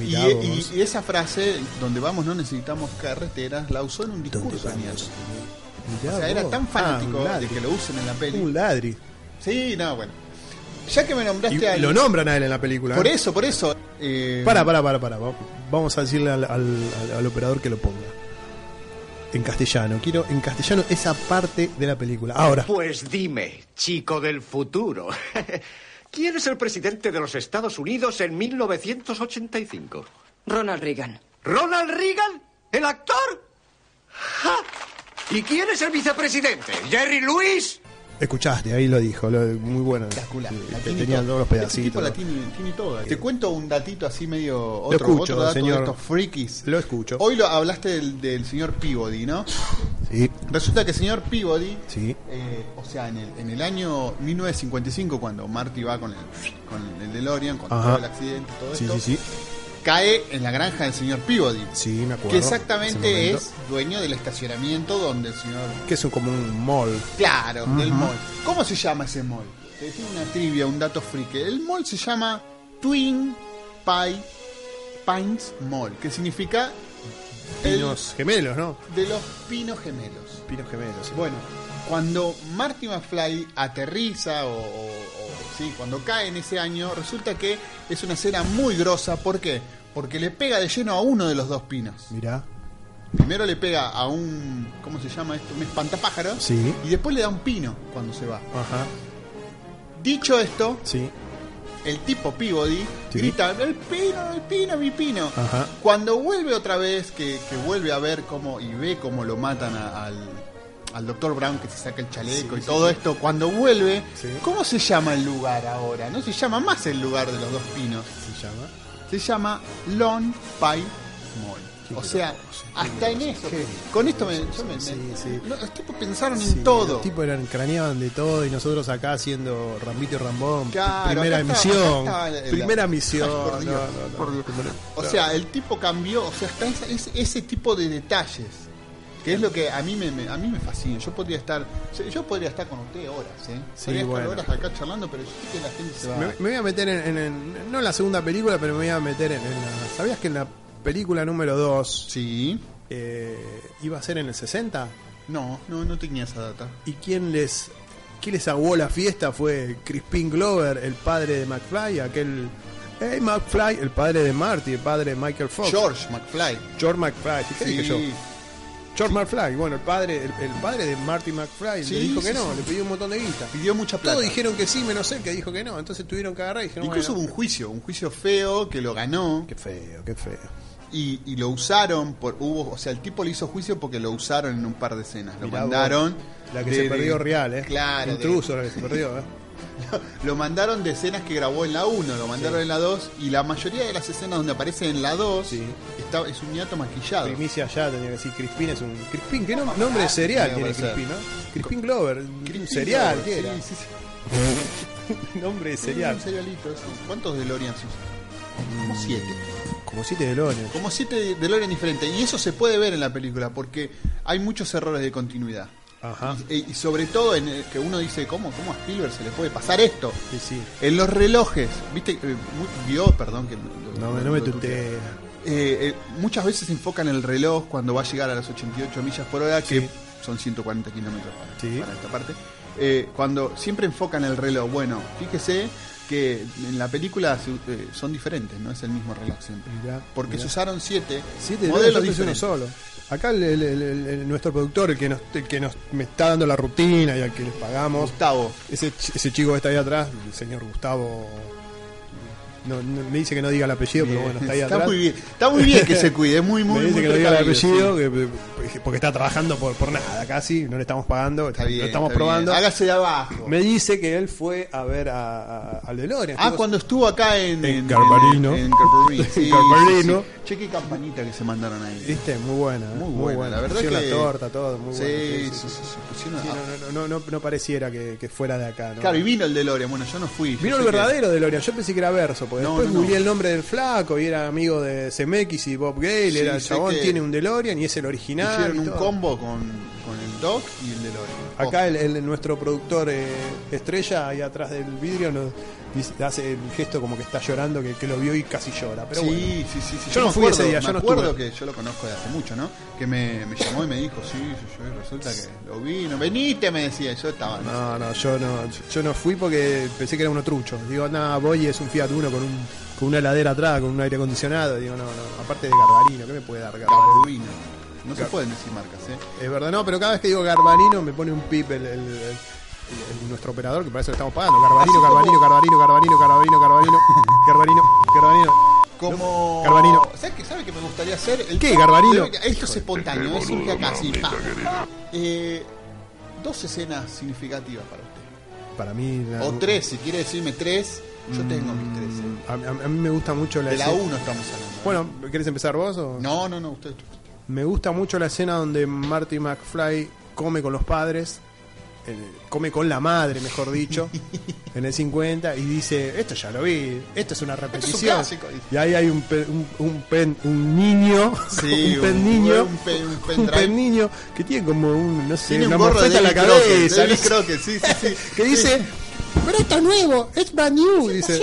Speaker 2: Y,
Speaker 1: Mirá vos.
Speaker 2: y- y esa frase, donde vamos no necesitamos carreteras, la usó en un discurso. Daniel.
Speaker 1: Mirá
Speaker 2: O sea, era
Speaker 1: vos.
Speaker 2: tan fanático
Speaker 1: Ah, un
Speaker 2: de
Speaker 1: ladri.
Speaker 2: que lo usen en la
Speaker 1: Un
Speaker 2: peli.
Speaker 1: ladri.
Speaker 2: Sí, no, bueno. Ya que me nombraste
Speaker 1: Y
Speaker 2: al-
Speaker 1: lo nombran a él en la película.
Speaker 2: este Por
Speaker 1: ¿eh?
Speaker 2: eso, por eso. eh,
Speaker 1: Para, para, para, para. Va- Vamos a decirle al, al- al- al operador que lo ponga. En castellano. Quiero en castellano esa parte de la película. Ahora.
Speaker 3: Pues dime, chico del futuro. ¿Quién es el presidente de los Estados Unidos en 1985?
Speaker 4: Ronald Reagan.
Speaker 3: ¿Ronald Reagan? ¿El actor? ¡Ja! ¿Y quién es el vicepresidente? ¿Jerry Lewis?
Speaker 1: Escuchaste, ahí lo dijo. lo- muy bueno.
Speaker 2: espectacular.
Speaker 1: Sí,
Speaker 2: La
Speaker 1: que
Speaker 2: tiene
Speaker 1: Tenía
Speaker 2: toda.
Speaker 1: todos los
Speaker 2: Este tipo
Speaker 1: pedacitos.
Speaker 2: la tiene, tiene toda. Te cuento un datito así medio otro,
Speaker 1: escucho,
Speaker 2: otro dato
Speaker 1: señor.
Speaker 2: de estos frikis.
Speaker 1: Lo escucho.
Speaker 2: Hoy lo hablaste del, del señor Peabody, ¿no?
Speaker 1: Sí,
Speaker 2: Resulta que el señor Peabody,
Speaker 1: Sí.
Speaker 2: eh, o sea, en el, en el año 1955, cuando Marty va con el, con el DeLorean, con
Speaker 1: Ajá.
Speaker 2: todo el accidente, todo
Speaker 1: sí,
Speaker 2: esto,
Speaker 1: sí, sí.
Speaker 2: cae en la granja del señor Peabody.
Speaker 1: Sí, me acuerdo.
Speaker 2: Que
Speaker 1: ese
Speaker 2: exactamente
Speaker 1: momento.
Speaker 2: es dueño del estacionamiento donde el señor
Speaker 1: Que es un- como un mall.
Speaker 2: Claro, del mall. ¿Cómo se llama ese mall? Te digo una trivia, un dato freak. El mall se llama Twin Pie Pines Mall, que significa el
Speaker 1: Pinos gemelos, ¿no?
Speaker 2: de los pinos gemelos.
Speaker 1: Pinos gemelos. sí.
Speaker 2: Bueno, cuando Marty McFly aterriza o, o- o- sí, cuando cae en ese año, resulta que es una escena muy grosa. ¿Por qué? Porque le pega de lleno a uno de los dos pinos.
Speaker 1: Mirá.
Speaker 2: Primero le pega a un, ¿cómo se llama esto? Un espantapájaro.
Speaker 1: Sí.
Speaker 2: Y después le da un pino cuando se va.
Speaker 1: Ajá.
Speaker 2: Dicho esto,
Speaker 1: Sí.
Speaker 2: el tipo Peabody
Speaker 1: Sí.
Speaker 2: grita, el pino, el pino, mi pino.
Speaker 1: Ajá.
Speaker 2: Cuando vuelve otra vez, que, que vuelve a ver cómo y ve cómo lo matan a- al, al doctor Brown, que se saca el chaleco y todo esto, cuando vuelve,
Speaker 1: Sí.
Speaker 2: ¿cómo se llama el lugar ahora? No se llama más el lugar de los dos pinos,
Speaker 1: Se llama.
Speaker 2: se llama Lone Pie Mall. O sea, hasta en eso. Con esto me, yo me- me-
Speaker 1: Sí, sí.
Speaker 2: no, los tipos pensaron
Speaker 1: Sí,
Speaker 2: en todo.
Speaker 1: Los tipos eran, craneaban de todo y nosotros acá haciendo Rambito y Rambón.
Speaker 2: Claro,
Speaker 1: primera
Speaker 2: acá estaba-
Speaker 1: misión.
Speaker 2: acá estaba la-
Speaker 1: primera
Speaker 2: la-
Speaker 1: misión.
Speaker 2: Ay, por Dios,
Speaker 1: no, no, no.
Speaker 2: por Dios. O
Speaker 1: No.
Speaker 2: sea, el tipo cambió, o sea, está esa- es- ese tipo de detalles. Que es lo que a mí me, me- a mí me fascina. Yo podría estar yo podría estar con usted horas, ¿eh?
Speaker 1: Sí,
Speaker 2: podría
Speaker 1: bueno.
Speaker 2: estar horas acá charlando, pero yo sé que la gente se va.
Speaker 1: Me, me voy a meter en, en- en- No en la segunda película, pero me voy a meter en, en la. ¿Sabías que en la película número 2
Speaker 2: Sí.
Speaker 1: iba a ser en el 60?
Speaker 2: No, no, no tenía esa data.
Speaker 1: ¿Y quién les. ¿Quién les aguó la fiesta? Fue Crispin Glover, el padre de McFly, aquel. Hey, McFly, el padre de Marty, el padre de Michael Fox.
Speaker 2: George McFly.
Speaker 1: George McFly, ¿qué
Speaker 2: Sí.
Speaker 1: dije yo? George McFly, bueno, el padre, el, el padre de Marty McFly
Speaker 2: Sí,
Speaker 1: le dijo
Speaker 2: sí,
Speaker 1: que no,
Speaker 2: sí.
Speaker 1: le pidió un montón de guita.
Speaker 2: Pidió mucha plata.
Speaker 1: Todos dijeron que sí, menos él que dijo que no, entonces tuvieron que agarrar y dijeron,
Speaker 2: Incluso hubo
Speaker 1: bueno,
Speaker 2: un juicio, un juicio feo que lo ganó
Speaker 1: qué feo, qué feo.
Speaker 2: y, y lo usaron por hubo, o sea, el tipo le hizo juicio porque lo usaron en un par de escenas, lo
Speaker 1: Mirá vos,
Speaker 2: mandaron
Speaker 1: la que
Speaker 2: de-
Speaker 1: se
Speaker 2: de-
Speaker 1: perdió real, eh.
Speaker 2: Claro, de-
Speaker 1: Intruso la que se perdió, eh.
Speaker 2: Lo mandaron de escenas que grabó en la 1, lo mandaron en la 2 y la mayoría de las escenas donde aparece en la 2
Speaker 1: Sí.
Speaker 2: está, es un niato maquillado.
Speaker 1: Primicia ya tenía que decir Crispin es un. Crispin, ¿qué nom- nombre de cereal tiene
Speaker 2: Puede ser.
Speaker 1: Crispin, no? Crispin Glover, un
Speaker 2: Crispin
Speaker 1: cereal,
Speaker 2: Glover,
Speaker 1: ¿qué
Speaker 2: sí,
Speaker 1: era?
Speaker 2: sí, sí.
Speaker 1: nombre de
Speaker 2: Era
Speaker 1: cereal.
Speaker 2: un cerealito, eso. ¿Cuántos DeLorean se usan? Como siete.
Speaker 1: Como siete delones.
Speaker 2: Como siete de- DeLorean diferentes. Y eso se puede ver en la película porque hay muchos errores de continuidad.
Speaker 1: Ajá.
Speaker 2: E- Y sobre todo en el que uno dice, ¿cómo, ¿cómo a Spielberg se le puede pasar esto?
Speaker 1: Sí, sí.
Speaker 2: En los relojes, viste, eh, mu- vio, perdón que...
Speaker 1: No, me- no me
Speaker 2: lo tuteé.
Speaker 1: tuteé.
Speaker 2: Eh, eh, muchas veces se enfocan el reloj cuando va a llegar a las 88 millas por hora, que son 140 kilómetros para,
Speaker 1: Sí.
Speaker 2: para esta parte. Eh, cuando siempre enfocan el reloj, bueno, fíjese que en la película se- eh, son diferentes, no es el mismo reloj siempre.
Speaker 1: Mirá,
Speaker 2: Porque
Speaker 1: mirá.
Speaker 2: se usaron siete,
Speaker 1: Siete modelos
Speaker 2: modelos
Speaker 1: es uno
Speaker 2: diferentes.
Speaker 1: solo. Acá el- el- el- el- el- nuestro productor, el que, nos, el que nos me está dando la rutina y al que les pagamos,
Speaker 2: Gustavo,
Speaker 1: ese, ch- ese chico que está ahí atrás, el señor Gustavo, no, no- me dice que no diga el apellido, pero bueno, está ahí atrás.
Speaker 2: muy bien, está muy bien que se cuide, muy, muy,
Speaker 1: me dice
Speaker 2: muy
Speaker 1: que no diga el
Speaker 2: precavido,
Speaker 1: apellido,
Speaker 2: sí.
Speaker 1: que- porque está trabajando por, por nada casi, no le estamos pagando,
Speaker 2: Está bien,
Speaker 1: lo estamos
Speaker 2: está bien.
Speaker 1: probando.
Speaker 2: Hágase de abajo.
Speaker 1: Me dice que él fue a ver a, a, al DeLorean.
Speaker 2: Ah,
Speaker 1: Estuvo-
Speaker 2: cuando estuvo acá en...
Speaker 1: En Garbarino.
Speaker 2: En, en Garbarino, sí, sí,
Speaker 1: Garbarino.
Speaker 2: sí. Che, qué campanita que se mandaron ahí.
Speaker 1: Viste, muy buena, ¿eh?
Speaker 2: Muy buena, la verdad
Speaker 1: Pusieron
Speaker 2: que-
Speaker 1: la torta, todo, muy
Speaker 2: Sí,
Speaker 1: bueno.
Speaker 2: sí, sí, sí, pusieron-
Speaker 1: Sí, no, no, no, no, no pareciera que, que fuera de acá. ¿no?
Speaker 2: Claro, y vino el DeLorean. Bueno, yo no fui. Yo
Speaker 1: Vino el
Speaker 2: sé que-
Speaker 1: verdadero DeLorean, yo pensé que era verso, porque
Speaker 2: No,
Speaker 1: después
Speaker 2: no, no.
Speaker 1: googleé el nombre del flaco y era amigo de Zemeckis y Bob Gale,
Speaker 2: Sí,
Speaker 1: era el
Speaker 2: sé
Speaker 1: chabón,
Speaker 2: que
Speaker 1: tiene un DeLorean y es el original.
Speaker 2: Hicieron
Speaker 1: y
Speaker 2: un
Speaker 1: todo.
Speaker 2: combo con, con el Dog y el DeLorean.
Speaker 1: Acá el, el- nuestro productor eh, estrella, ahí atrás del vidrio, nos dice- hace el gesto como que está llorando, que, que lo vio y casi llora. Pero
Speaker 2: sí,
Speaker 1: bueno.
Speaker 2: sí, sí, sí.
Speaker 1: Yo no
Speaker 2: me
Speaker 1: fui ese
Speaker 2: acuerdo,
Speaker 1: día, yo
Speaker 2: me
Speaker 1: no
Speaker 2: acuerdo
Speaker 1: estuve.
Speaker 2: que yo lo conozco de hace mucho, ¿no? Que me, me llamó y me dijo, sí, yo, yo- resulta que lo vi, no, venite, me decía, yo estaba. ¿no?
Speaker 1: No, no, yo no, yo no fui porque pensé que era uno trucho. Digo, nada, voy y es un Fiat Uno con, un, con una heladera atrás, con un aire acondicionado. Digo, no, no, aparte de Garbarino, ¿qué me puede dar Garbarino?
Speaker 2: Gabarino. No se pueden decir marcas, ¿eh?
Speaker 1: Es verdad, no, pero cada vez que digo Garbarino me pone un pip el, el- el- el- nuestro operador, que para eso lo estamos pagando. Garbarino, Garbarino, Garbarino, Garbarino, Garbarino, Garbarino, Garbarino, Garbarino.
Speaker 2: Como.
Speaker 1: Garbarino.
Speaker 2: ¿Sabes qué, ¿Sabe que me gustaría hacer? El
Speaker 1: ¿Qué, Garbarino?
Speaker 2: Esto es espontáneo, es simple acá, sí. pa. Eh, dos escenas significativas para usted.
Speaker 1: Para mí... la-
Speaker 2: O tres, si quiere decirme tres,
Speaker 1: Mm.
Speaker 2: yo tengo mis tres. ¿eh?
Speaker 1: A, a- a mí me gusta mucho la
Speaker 2: De la
Speaker 1: escena-
Speaker 2: uno estamos hablando.
Speaker 1: Bueno, ¿querés empezar vos? O?
Speaker 2: No, no, no, usted.
Speaker 1: Me gusta mucho la escena donde Marty McFly come con los padres, eh, come con la madre, mejor dicho, en el 50 y dice, esto ya lo vi, esto es una repetición.
Speaker 2: clásico, dice.
Speaker 1: y ahí hay un, pe- un, un pen, un niño,
Speaker 2: Sí,
Speaker 1: un
Speaker 2: un-
Speaker 1: pen niño,
Speaker 2: un pe- un
Speaker 1: un
Speaker 2: pendrive.
Speaker 1: pen niño que tiene como un, no sé,
Speaker 2: Tiene un
Speaker 1: una
Speaker 2: gorro de
Speaker 1: morfeta en la
Speaker 2: Davy Crockett,
Speaker 1: cabeza,
Speaker 2: Davy
Speaker 1: no sé,
Speaker 2: Crockett, sí, sí, sí.
Speaker 1: que dice, pero esto es nuevo, es brand new, dice.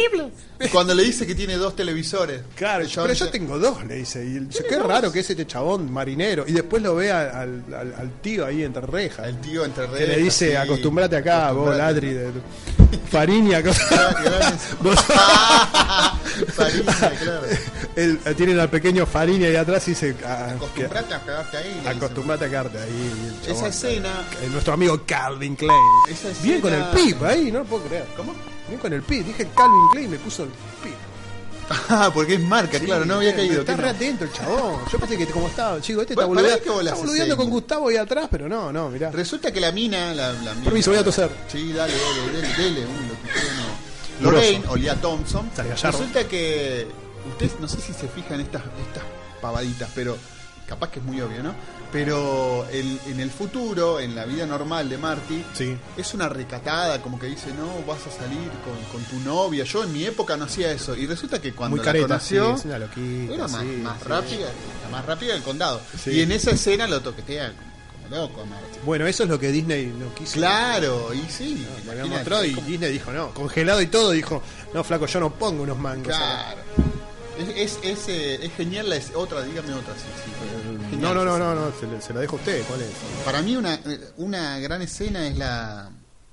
Speaker 2: Cuando le dice que tiene dos televisores.
Speaker 1: Claro,
Speaker 2: El chabón
Speaker 1: pero yo
Speaker 2: dice,
Speaker 1: tengo dos, le dice. Y el- qué raro que es este chabón marinero. Y después lo ve a- al, al- al tío ahí entre rejas.
Speaker 2: El tío entre
Speaker 1: que le
Speaker 2: redes.
Speaker 1: dice,
Speaker 2: así,
Speaker 1: acostumbrate acá, vos,
Speaker 2: acostumbrate".
Speaker 1: ladri. De, Farinia, cosa. Vos-
Speaker 2: Farina, claro.
Speaker 1: el- tienen al pequeño Farinia ahí atrás y dice, "Ah,
Speaker 2: Acostumbrate a cagarte ahí. le
Speaker 1: que-
Speaker 2: dice.
Speaker 1: acostumbrate a quedarte ahí. y el chabón-
Speaker 2: Esa escena.
Speaker 1: Eh, Nuestro amigo Calvin Klein.
Speaker 2: Esa escena-
Speaker 1: Bien con el pip ahí, no lo puedo creer.
Speaker 2: ¿Cómo?
Speaker 1: Bien con el pip. Dije Calvin Klein, me puso el pip.
Speaker 2: Ah, porque es marca, claro, no había
Speaker 1: Sí,
Speaker 2: caído.
Speaker 1: Está
Speaker 2: qué
Speaker 1: re
Speaker 2: mal.
Speaker 1: atento el chabón. Yo pensé que como estaba, chico, este está
Speaker 2: Bueno, pará
Speaker 1: boludeando,
Speaker 2: que vos la
Speaker 1: está
Speaker 2: haces
Speaker 1: boludeando con
Speaker 2: señas.
Speaker 1: Gustavo ahí atrás, pero no, no, mirá.
Speaker 2: Resulta que la mina, la, la mina.
Speaker 1: Permiso, voy a toser.
Speaker 2: Sí, dale, dale, dele, dele, un locutorio.
Speaker 1: Grosso.
Speaker 2: Lorraine, olía Thompson.
Speaker 1: Sale Gallardo.
Speaker 2: Resulta que. Ustedes no sé si se fijan estas, estas pavaditas, pero. Capaz que es muy obvio, ¿no? Pero el- en el futuro, en la vida normal de Marty,
Speaker 1: Sí.
Speaker 2: es una recatada, como que dice, no, vas a salir con, con tu novia. Yo en mi época no hacía eso. Y resulta que cuando
Speaker 1: Muy
Speaker 2: la
Speaker 1: careta,
Speaker 2: conoció,
Speaker 1: sí, es una loquita,
Speaker 2: era más,
Speaker 1: sí,
Speaker 2: más
Speaker 1: sí.
Speaker 2: rápida, la más rápida del condado.
Speaker 1: Sí.
Speaker 2: Y en esa escena lo toquetea como loco a Marty.
Speaker 1: Bueno, eso es lo que Disney no quiso.
Speaker 2: Claro, y sí.
Speaker 1: Me
Speaker 2: imagínate,
Speaker 1: habían mostrado y
Speaker 2: es como-
Speaker 1: Disney dijo no, congelado y todo, dijo, no, flaco, yo no pongo unos mangos.
Speaker 2: Claro. Es, es, es, eh, es genial la es- otra, dígame otra. sí, sí. Genial
Speaker 1: No, no, no,
Speaker 2: esa
Speaker 1: no, no, se, le- se la dejo a usted, ¿cuál es?
Speaker 2: escena. Para mí una, eh, una gran escena es la...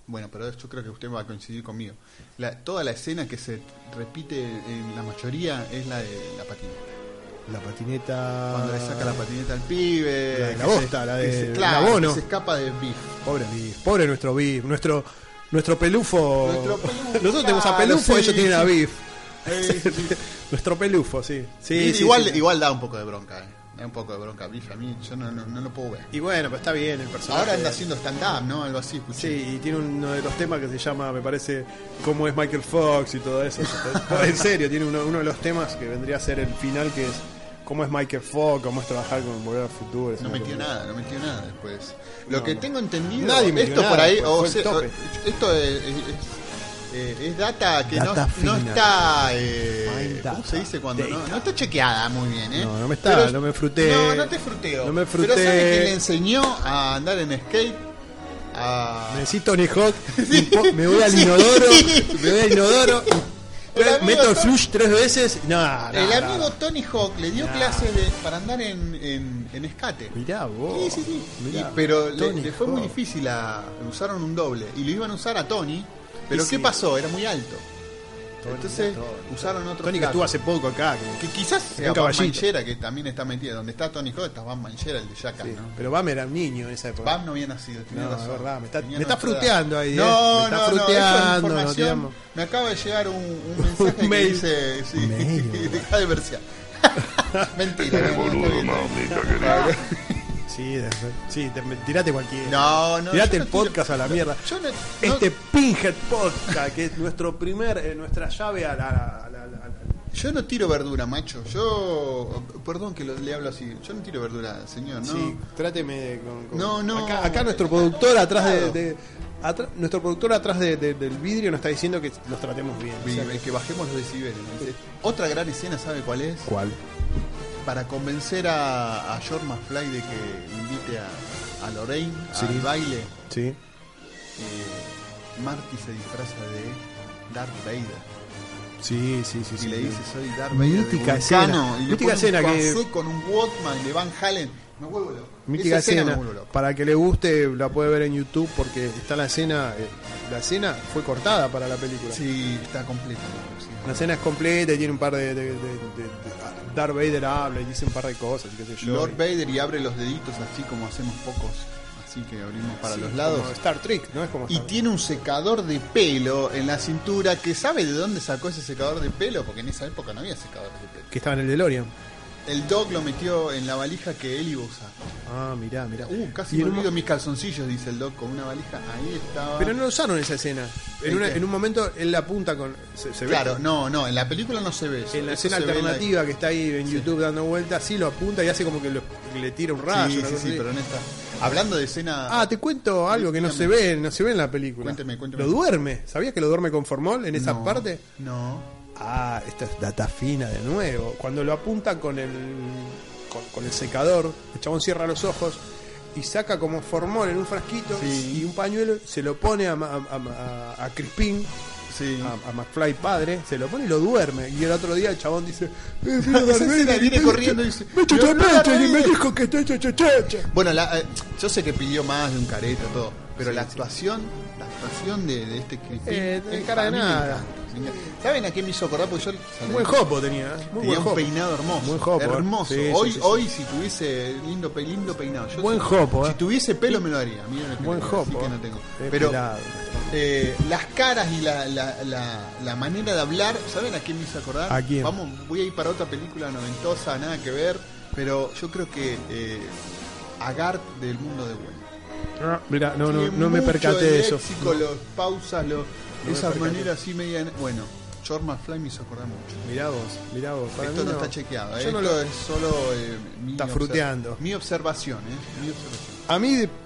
Speaker 2: Bueno, pero yo creo que usted va a coincidir conmigo. La- toda la escena que se repite en la mayoría es la de la patineta.
Speaker 1: La patineta.
Speaker 2: Cuando le saca la patineta al pibe.
Speaker 1: Ah. La de la
Speaker 2: que se-
Speaker 1: bosta, la
Speaker 2: que
Speaker 1: de
Speaker 2: se- claro,
Speaker 1: Labono.
Speaker 2: que se escapa de Biff.
Speaker 1: Pobre Biff, pobre nuestro Biff, nuestro nuestro pelufo.
Speaker 2: Nuestro pelufo,
Speaker 1: Nosotros tenemos a
Speaker 2: claro,
Speaker 1: pelufo,
Speaker 2: sí,
Speaker 1: ellos tienen a
Speaker 2: sí.
Speaker 1: Biff.
Speaker 2: Eh, sí, sí.
Speaker 1: Nuestro pelufo, sí. Sí,
Speaker 2: Y
Speaker 1: sí,
Speaker 2: igual,
Speaker 1: sí.
Speaker 2: igual da un poco de bronca, eh. Da un poco de bronca Biff. A mí yo no, no, no lo puedo ver.
Speaker 1: Y bueno, pero está bien el personaje.
Speaker 2: Ahora anda haciendo stand-up, ¿no? Algo así, escuché.
Speaker 1: Sí, y tiene uno de los temas que se llama, me parece, cómo es Michael Fox y todo eso. en serio, tiene uno, uno de los temas que vendría a ser el final, que es cómo es Michael Fox, cómo es trabajar con Volver al Futuro. es
Speaker 2: No
Speaker 1: una
Speaker 2: metió
Speaker 1: cosa-
Speaker 2: nada, no metió nada después. Lo
Speaker 1: No,
Speaker 2: que
Speaker 1: no.
Speaker 2: tengo entendido,
Speaker 1: Nadie metió
Speaker 2: esto
Speaker 1: nada,
Speaker 2: por ahí,
Speaker 1: fue-
Speaker 2: o
Speaker 1: fue el
Speaker 2: sea,
Speaker 1: tope.
Speaker 2: esto es, es- eh, es data que
Speaker 1: Data
Speaker 2: no, no
Speaker 1: fina.
Speaker 2: está, eh,
Speaker 1: Mind
Speaker 2: ¿cómo se
Speaker 1: data.
Speaker 2: dice cuando no, no está chequeada muy bien? ¿eh?
Speaker 1: No, no me está, no me fruté.
Speaker 2: No, no te fruteo.
Speaker 1: No me
Speaker 2: Pero ¿sabes
Speaker 1: fruté.
Speaker 2: quién le enseñó a andar en skate? A...
Speaker 1: Necesito Tony Hawk, un po- me voy al inodoro, me voy al inodoro, y-
Speaker 2: El amigo
Speaker 1: meto el
Speaker 2: Tom-
Speaker 1: flush tres veces, y- no, no,
Speaker 2: El
Speaker 1: no.
Speaker 2: amigo Tony Hawk le dio
Speaker 1: No.
Speaker 2: clases de- para andar en, en, en escate.
Speaker 1: Mirá vos.
Speaker 2: Sí, sí, sí.
Speaker 1: mirá.
Speaker 2: Y- pero le,
Speaker 1: Tony
Speaker 2: le fue
Speaker 1: Hawk.
Speaker 2: muy difícil. A, usaron un doble. Y lo iban a usar a Tony. Pero
Speaker 1: Y
Speaker 2: ¿qué
Speaker 1: sí.
Speaker 2: pasó? Era muy alto. Entonces
Speaker 1: Tony,
Speaker 2: usaron otro.
Speaker 1: Tony que
Speaker 2: flaco.
Speaker 1: estuvo hace poco acá, que-
Speaker 2: Que quizás sea Van
Speaker 1: caballito.
Speaker 2: Manchera, que también está metida. Donde está Tony Hawk, está Van Manchera, el de Jackass,
Speaker 1: Sí,
Speaker 2: ¿no?
Speaker 1: Pero Bam era un niño en esa época.
Speaker 2: Bam no había nacido, tenía
Speaker 1: No,
Speaker 2: razón.
Speaker 1: es verdad, me está-
Speaker 2: Tenía
Speaker 1: me está
Speaker 2: nuestra edad.
Speaker 1: fruteando ahí, eh.
Speaker 2: No,
Speaker 1: Me está
Speaker 2: no, no, eso es
Speaker 1: fruteando, no,
Speaker 2: información.
Speaker 1: digamos.
Speaker 2: me acaba de llegar un, un mensaje que
Speaker 1: mail.
Speaker 2: dice, sí,
Speaker 1: Un mail.
Speaker 2: deja de versear. Mentira. no, no, está bien, está bien.
Speaker 1: Sí, de- sí te, me- tirate cualquiera.
Speaker 2: No, no.
Speaker 1: Tirate
Speaker 2: yo
Speaker 1: el
Speaker 2: no tiro-
Speaker 1: podcast a la mierda.
Speaker 2: Yo no-
Speaker 1: este
Speaker 2: no-
Speaker 1: Pinhead Podcast, que es nuestro primer, eh, nuestra llave a la. a la- a la- a la-
Speaker 2: Yo no tiro verdura, macho. Yo. Perdón que lo- le hablo así. Yo no tiro verdura, señor, ¿no?
Speaker 1: Sí, tráteme de- con, con-
Speaker 2: No, no.
Speaker 1: Acá, acá nuestro productor atrás de. de- atrás- nuestro productor atrás de- de- del vidrio nos está diciendo que nos tratemos bien. o sea
Speaker 2: Vive, que bajemos los decibeles. ¿no? Otra gran escena, ¿sabe cuál es?
Speaker 1: ¿Cuál?
Speaker 2: para convencer a, a George McFly de que invite a, a Lorraine
Speaker 1: Sí.
Speaker 2: al baile,
Speaker 1: Sí.
Speaker 2: eh, Marty se disfraza de Darth Vader.
Speaker 1: Sí, sí, sí.
Speaker 2: Y
Speaker 1: sí,
Speaker 2: le
Speaker 1: sí.
Speaker 2: dice, soy Darth Vader.
Speaker 1: Mítica
Speaker 2: de
Speaker 1: escena.
Speaker 2: Vulcano", Y le
Speaker 1: Mítica
Speaker 2: pone
Speaker 1: escena
Speaker 2: un
Speaker 1: que-
Speaker 2: cassette con un Walkman de Van Halen. Me vuelvo loco.
Speaker 1: Mítica
Speaker 2: Esa escena
Speaker 1: escena.
Speaker 2: me vuelvo loco.
Speaker 1: Para que le guste, la puede ver en YouTube porque está la escena. eh, La escena fue cortada para la película.
Speaker 2: Sí, está completa. sí.
Speaker 1: La escena es completa y tiene un par de. de- de- de- de- Darth Vader habla y dice un par de cosas. y qué sé yo.
Speaker 2: Lord Vader y abre los deditos así como hacemos pocos. Así que abrimos para
Speaker 1: Sí,
Speaker 2: los
Speaker 1: como
Speaker 2: lados.
Speaker 1: Star Trek, ¿no? Es como
Speaker 2: Y
Speaker 1: Star
Speaker 2: tiene un secador de pelo en la cintura que sabe de dónde sacó ese secador de pelo, porque en esa época no había secadores de pelo.
Speaker 1: Que estaba en el DeLorean.
Speaker 2: El Doc lo metió en la valija que él iba a usar.
Speaker 1: Ah, mirá, mirá.
Speaker 2: Uh, casi
Speaker 1: Y
Speaker 2: me
Speaker 1: en un
Speaker 2: olvido
Speaker 1: mo-
Speaker 2: mis calzoncillos, dice el Doc, con una valija. Ahí estaba.
Speaker 1: Pero no usaron esa escena. En,
Speaker 2: ¿En
Speaker 1: una-
Speaker 2: qué?
Speaker 1: en un momento él la apunta con. Se, se ve.
Speaker 2: Claro, no, no, en la película no se ve eso.
Speaker 1: En la
Speaker 2: Eso
Speaker 1: escena
Speaker 2: se ve en la-
Speaker 1: alternativa que está ahí en YouTube dando vueltas, sí lo apunta y hace como que lo- que le tira un rayo.
Speaker 2: Sí,
Speaker 1: una
Speaker 2: sí,
Speaker 1: cosa
Speaker 2: sí,
Speaker 1: así.
Speaker 2: pero en esta. Hablando de escena.
Speaker 1: Ah, te cuento algo que no se
Speaker 2: Cuéntame.
Speaker 1: ve, no se ve en la película.
Speaker 2: Cuénteme, cuénteme.
Speaker 1: Lo duerme. ¿Sabías que lo duerme con formol en esa
Speaker 2: no,
Speaker 1: parte?
Speaker 2: No.
Speaker 1: Ah, esta es data fina de nuevo. Cuando lo apunta con el con, con el secador, el chabón cierra los ojos y saca como formol en un frasquito
Speaker 2: Sí.
Speaker 1: y un pañuelo, se lo pone a, Ma- a- a- a Crispin,
Speaker 2: Sí.
Speaker 1: a, a McFly padre, se lo pone y lo duerme. Y el otro día el chabón dice, eh, mira, Darth
Speaker 2: escena
Speaker 1: Vader,
Speaker 2: viene
Speaker 1: me-
Speaker 2: corriendo y dice,
Speaker 1: me chupó
Speaker 2: "Mira,
Speaker 1: el
Speaker 2: Darth
Speaker 1: pecho y me
Speaker 2: Vader".
Speaker 1: dijo que estoy chochochocha.
Speaker 2: Bueno, la, eh, yo sé que pidió más de un careta, todo. Pero
Speaker 1: Sí,
Speaker 2: la
Speaker 1: sí.
Speaker 2: actuación, la actuación de, de este Crispin.
Speaker 1: Eh, de
Speaker 2: es-
Speaker 1: cara
Speaker 2: a
Speaker 1: de
Speaker 2: mí me
Speaker 1: nada.
Speaker 2: encanta, me encanta. ¿Saben a qué me hizo acordar? Porque yo
Speaker 1: Un Buen jopo tenía, ¿eh? muy
Speaker 2: tenía
Speaker 1: buen
Speaker 2: un
Speaker 1: jopo.
Speaker 2: peinado hermoso.
Speaker 1: Buen jopo, ¿eh?
Speaker 2: hermoso.
Speaker 1: Sí, sí,
Speaker 2: hoy,
Speaker 1: sí, sí.
Speaker 2: hoy si tuviese lindo, pe- lindo peinado. Yo
Speaker 1: Buen
Speaker 2: si-
Speaker 1: jopo, ¿eh?
Speaker 2: Si tuviese pelo me lo haría. Miren lo que
Speaker 1: Buen
Speaker 2: le digo, así
Speaker 1: jopo,
Speaker 2: que
Speaker 1: ¿eh?
Speaker 2: no tengo.
Speaker 1: Eh,
Speaker 2: Pero
Speaker 1: pelado.
Speaker 2: eh, las caras y la, la, la, la manera de hablar, ¿saben a qué me hizo acordar?
Speaker 1: ¿A quién?
Speaker 2: Vamos, voy a ir para otra película noventosa, nada que ver. Pero yo creo que eh, Agar del mundo de Gwen.
Speaker 1: Ah, mira, no, no,
Speaker 2: Tiene
Speaker 1: no me
Speaker 2: mucho
Speaker 1: percaté
Speaker 2: el
Speaker 1: de eso.
Speaker 2: léxico, los pausas, los,
Speaker 1: me
Speaker 2: esas
Speaker 1: percaté.
Speaker 2: maneras así media. Bueno, George McFly me hizo acordar mucho.
Speaker 1: Mirá vos, mirá vos. para
Speaker 2: Esto
Speaker 1: mí
Speaker 2: no, está chequeado, ¿eh?
Speaker 1: Yo no
Speaker 2: Esto
Speaker 1: lo-
Speaker 2: es solo eh, mi
Speaker 1: Está
Speaker 2: obser-
Speaker 1: fruteando.
Speaker 2: Mi observación, ¿eh? Mi observación.
Speaker 1: A mí, de-